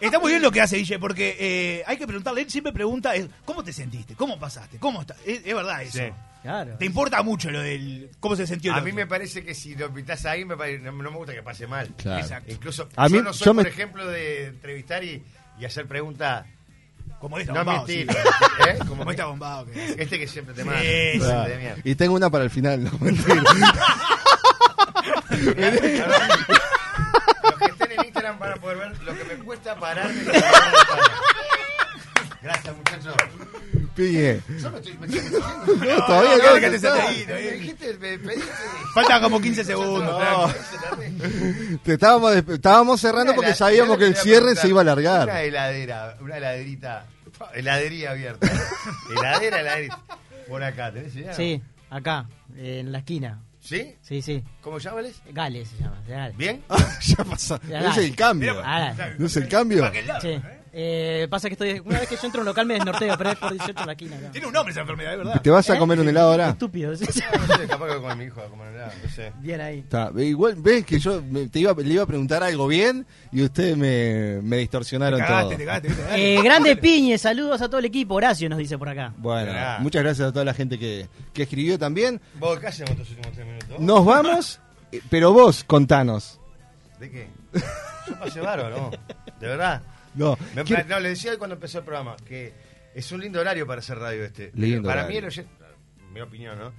[SPEAKER 5] Está muy bien lo que hace Guille, porque eh, hay que preguntarle, él siempre pregunta, eh, ¿cómo te sentiste? ¿Cómo pasaste? ¿Cómo estás? Es, es verdad eso.
[SPEAKER 17] Sí.
[SPEAKER 8] Claro.
[SPEAKER 5] Te importa mucho lo del cómo se sintió el
[SPEAKER 17] A
[SPEAKER 5] otro.
[SPEAKER 17] mí me parece que si lo invitás ahí, me pare- no, no me gusta que pase mal.
[SPEAKER 3] Claro.
[SPEAKER 17] Exacto. Incluso
[SPEAKER 3] A mí-
[SPEAKER 17] yo no soy,
[SPEAKER 3] yo me-
[SPEAKER 17] por ejemplo, de entrevistar y, y hacer preguntas.
[SPEAKER 5] Como esta,
[SPEAKER 17] No es mi
[SPEAKER 5] bombado, sí.
[SPEAKER 17] estilo. ¿eh?
[SPEAKER 5] Como
[SPEAKER 17] que-
[SPEAKER 5] está bombado. que es.
[SPEAKER 17] Este que siempre te
[SPEAKER 5] Sí,
[SPEAKER 17] manda.
[SPEAKER 5] sí.
[SPEAKER 17] Siempre te mierda.
[SPEAKER 3] Ah. Y tengo una para el final, no mentira.
[SPEAKER 17] Los que estén en Instagram van a poder ver lo que me cuesta pararme. y caminar en la calle. Gracias, muchachos.
[SPEAKER 3] Piñe.
[SPEAKER 17] Yo me estoy. Me estoy
[SPEAKER 3] No, todavía
[SPEAKER 5] no,
[SPEAKER 3] no,
[SPEAKER 5] dejate
[SPEAKER 3] no,
[SPEAKER 5] sentadito,
[SPEAKER 3] no.
[SPEAKER 5] eh.
[SPEAKER 17] me dijiste, me pediste.
[SPEAKER 5] Faltan como 15 segundos. tranqui.
[SPEAKER 3] Te estábamos, despe- estábamos cerrando
[SPEAKER 17] Una
[SPEAKER 3] porque
[SPEAKER 17] hela-
[SPEAKER 3] sabíamos que el
[SPEAKER 17] te voy a
[SPEAKER 3] cierre
[SPEAKER 17] preguntar,
[SPEAKER 3] se iba a
[SPEAKER 17] Una
[SPEAKER 3] alargar.
[SPEAKER 17] heladera, una heladerita. Heladería abierta. heladera, heladerita. Por acá, ¿tenés idea?
[SPEAKER 8] Sí, acá, eh, en la esquina.
[SPEAKER 17] ¿Sí?
[SPEAKER 8] Sí, sí.
[SPEAKER 17] ¿Cómo llámales?
[SPEAKER 8] Gales se llama. Gales.
[SPEAKER 17] ¿Bien?
[SPEAKER 3] Ah, ya pasa.
[SPEAKER 8] Ya,
[SPEAKER 3] No es
[SPEAKER 8] dale.
[SPEAKER 3] el cambio.
[SPEAKER 8] Mira, dale.
[SPEAKER 3] No es el cambio.
[SPEAKER 8] Sí. Eh, pasa que estoy. Una vez que yo entro a un local me desnorteo, pero es por 18 en la esquina. ¿Eh? acá.
[SPEAKER 5] Tiene un nombre esa enfermedad, es verdad.
[SPEAKER 3] ¿Te vas a comer un helado ahora?
[SPEAKER 8] Estúpido.
[SPEAKER 17] Ah, No sé, capaz que voy con mi hijo a comer helado, no sé.
[SPEAKER 8] Bien ahí.
[SPEAKER 3] Está, igual ves que yo me- te iba, le iba a preguntar algo bien y ustedes me, me distorsionaron todo.
[SPEAKER 8] Eh, grande Piñe, saludos a todo el equipo. Horacio nos dice por acá.
[SPEAKER 3] Bueno, muchas gracias a toda la gente que, que escribió también.
[SPEAKER 17] Vos, cállate con tus últimos tres minutos.
[SPEAKER 3] Nos vamos, eh, pero vos contanos.
[SPEAKER 17] ¿De qué? Yo pasé varo, ¿no? ¿De verdad?
[SPEAKER 3] No,
[SPEAKER 17] Me
[SPEAKER 3] quiero-
[SPEAKER 17] pla- no, le decía hoy cuando empezó el programa que es un lindo horario para hacer radio este.
[SPEAKER 3] Lindo
[SPEAKER 17] para
[SPEAKER 3] horario.
[SPEAKER 17] mí, el oyente, mi opinión, ¿no?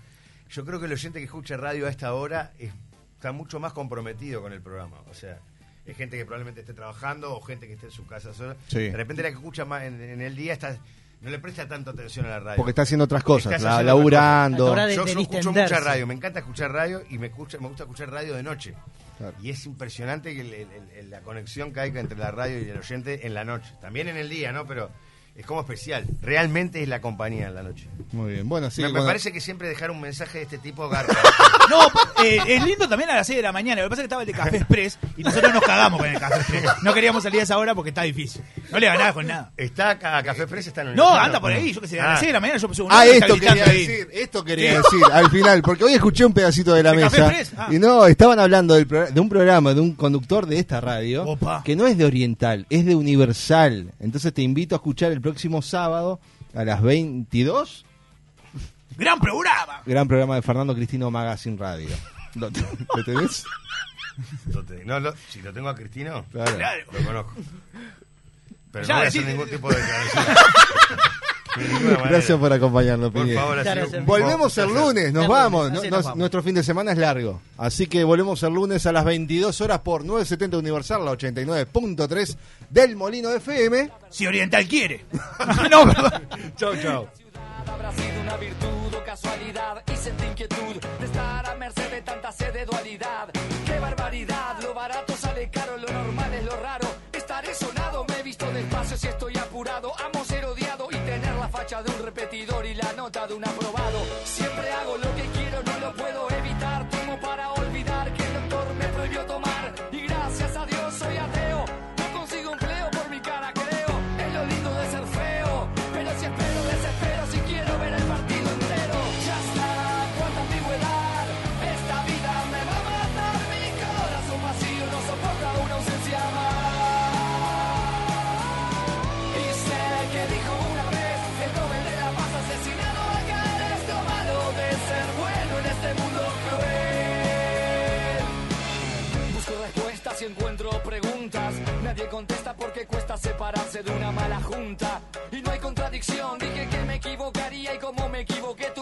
[SPEAKER 17] Yo creo que el oyente que escucha radio a esta hora es- está mucho más comprometido con el programa. O sea, es gente que probablemente esté trabajando o gente que esté en su casa sola.
[SPEAKER 3] Sí.
[SPEAKER 17] De repente la que escucha más en, en el día está, no le presta tanta atención a la radio.
[SPEAKER 3] Porque está haciendo otras
[SPEAKER 17] Porque
[SPEAKER 3] cosas,
[SPEAKER 17] estás
[SPEAKER 3] la-
[SPEAKER 17] haciendo otras
[SPEAKER 3] laburando.
[SPEAKER 17] cosas.
[SPEAKER 3] A la hora de-
[SPEAKER 17] Yo,
[SPEAKER 3] de
[SPEAKER 17] yo escucho
[SPEAKER 3] distenderse.
[SPEAKER 17] mucha radio, me encanta escuchar radio y me, escucha, me gusta escuchar radio de noche. Y es impresionante que el- el- el- la conexión que hay entre la radio y el oyente en la noche. También en el día, ¿no? Pero es como especial. Realmente es la compañía en la noche.
[SPEAKER 3] Muy bien, bueno, sí.
[SPEAKER 17] me, me
[SPEAKER 3] bueno.
[SPEAKER 17] parece que siempre dejar un mensaje de este tipo garpa.
[SPEAKER 5] No, eh, es lindo también a las 6 de la mañana. Lo que pasa es que estaba el de Café Express y nosotros nos cagamos con el Café Express. No queríamos salir a esa hora porque está difícil. No le ganabas con nada.
[SPEAKER 17] Está acá, Café Express está en el
[SPEAKER 5] No,
[SPEAKER 17] centro,
[SPEAKER 5] anda por
[SPEAKER 17] ¿no?
[SPEAKER 5] ahí. Yo qué sé, a
[SPEAKER 17] Ah.
[SPEAKER 5] las 6 de la mañana yo puse un
[SPEAKER 3] Ah,
[SPEAKER 5] auto,
[SPEAKER 3] esto
[SPEAKER 5] está gritando
[SPEAKER 3] quería
[SPEAKER 5] ahí.
[SPEAKER 3] decir, esto quería
[SPEAKER 5] Sí.
[SPEAKER 3] decir al final, porque hoy escuché un pedacito de la
[SPEAKER 5] ¿De Café
[SPEAKER 3] mesa
[SPEAKER 5] Press? Ah.
[SPEAKER 3] y no, estaban hablando del pro- de un programa, de un conductor de esta radio, que no es de Oriental, es de Universal. Entonces te invito a escuchar el próximo sábado a las 22,
[SPEAKER 5] Gran programa.
[SPEAKER 3] gran programa de Fernando Cristino Magazine Radio. ¿Lo, te- lo tenés?
[SPEAKER 17] Lo te- No, lo- si lo tengo a Cristino,
[SPEAKER 3] Claro.
[SPEAKER 17] lo conozco. Pero
[SPEAKER 5] Ya,
[SPEAKER 17] no voy a
[SPEAKER 5] decí-
[SPEAKER 17] hacer ningún tipo de declaración. De ninguna manera.
[SPEAKER 3] Gracias por acompañarnos,
[SPEAKER 17] Por
[SPEAKER 3] Piñera.
[SPEAKER 17] favor, ha sido Gracias, un
[SPEAKER 3] Volvemos
[SPEAKER 17] placer.
[SPEAKER 3] el lunes, nos
[SPEAKER 17] Ya,
[SPEAKER 3] vamos.
[SPEAKER 17] lunes, así
[SPEAKER 3] No-
[SPEAKER 17] nos
[SPEAKER 3] no-
[SPEAKER 17] vamos.
[SPEAKER 3] Nuestro fin de semana es largo. Así que volvemos el lunes a las 22 horas por 970 Universal, la 89.3 del Molino FM.
[SPEAKER 5] Si Oriental quiere. no, perdón.
[SPEAKER 3] Chau, chau.
[SPEAKER 18] habrá sido una virtud o casualidad y sentí inquietud de estar a merced de tanta sed de dualidad. ¡Qué barbaridad! Lo barato sale caro, lo normal es lo raro. Estaré sonado, me he visto despacio si estoy apurado. Amo ser odiado y tener la facha de un repetidor y la nota de un aprobado. Siempre hago lo que quiero, no lo puedo evitar. Tengo para olvidar que el doctor me prohibió tomar. Y gracias a Dios soy ateo. No consigo empleo por mi cara, creo. Es lo lindo de ser feo. Pero si espero, desespero si quiero ver el partido entero. Ya está, cuánta ambigüedad. Esta vida me va a matar. Mi corazón vacío no soporta una ausencia más. Y sé que dijo una vez: el joven de la paz asesinado acá es lo malo de ser bueno en este mundo cruel. Busco respuestas y encuentro preguntas. Nadie contesta porque cuesta separarse de una mala junta. Y no hay contradicción, dije que me equivocaría y como me equivoqué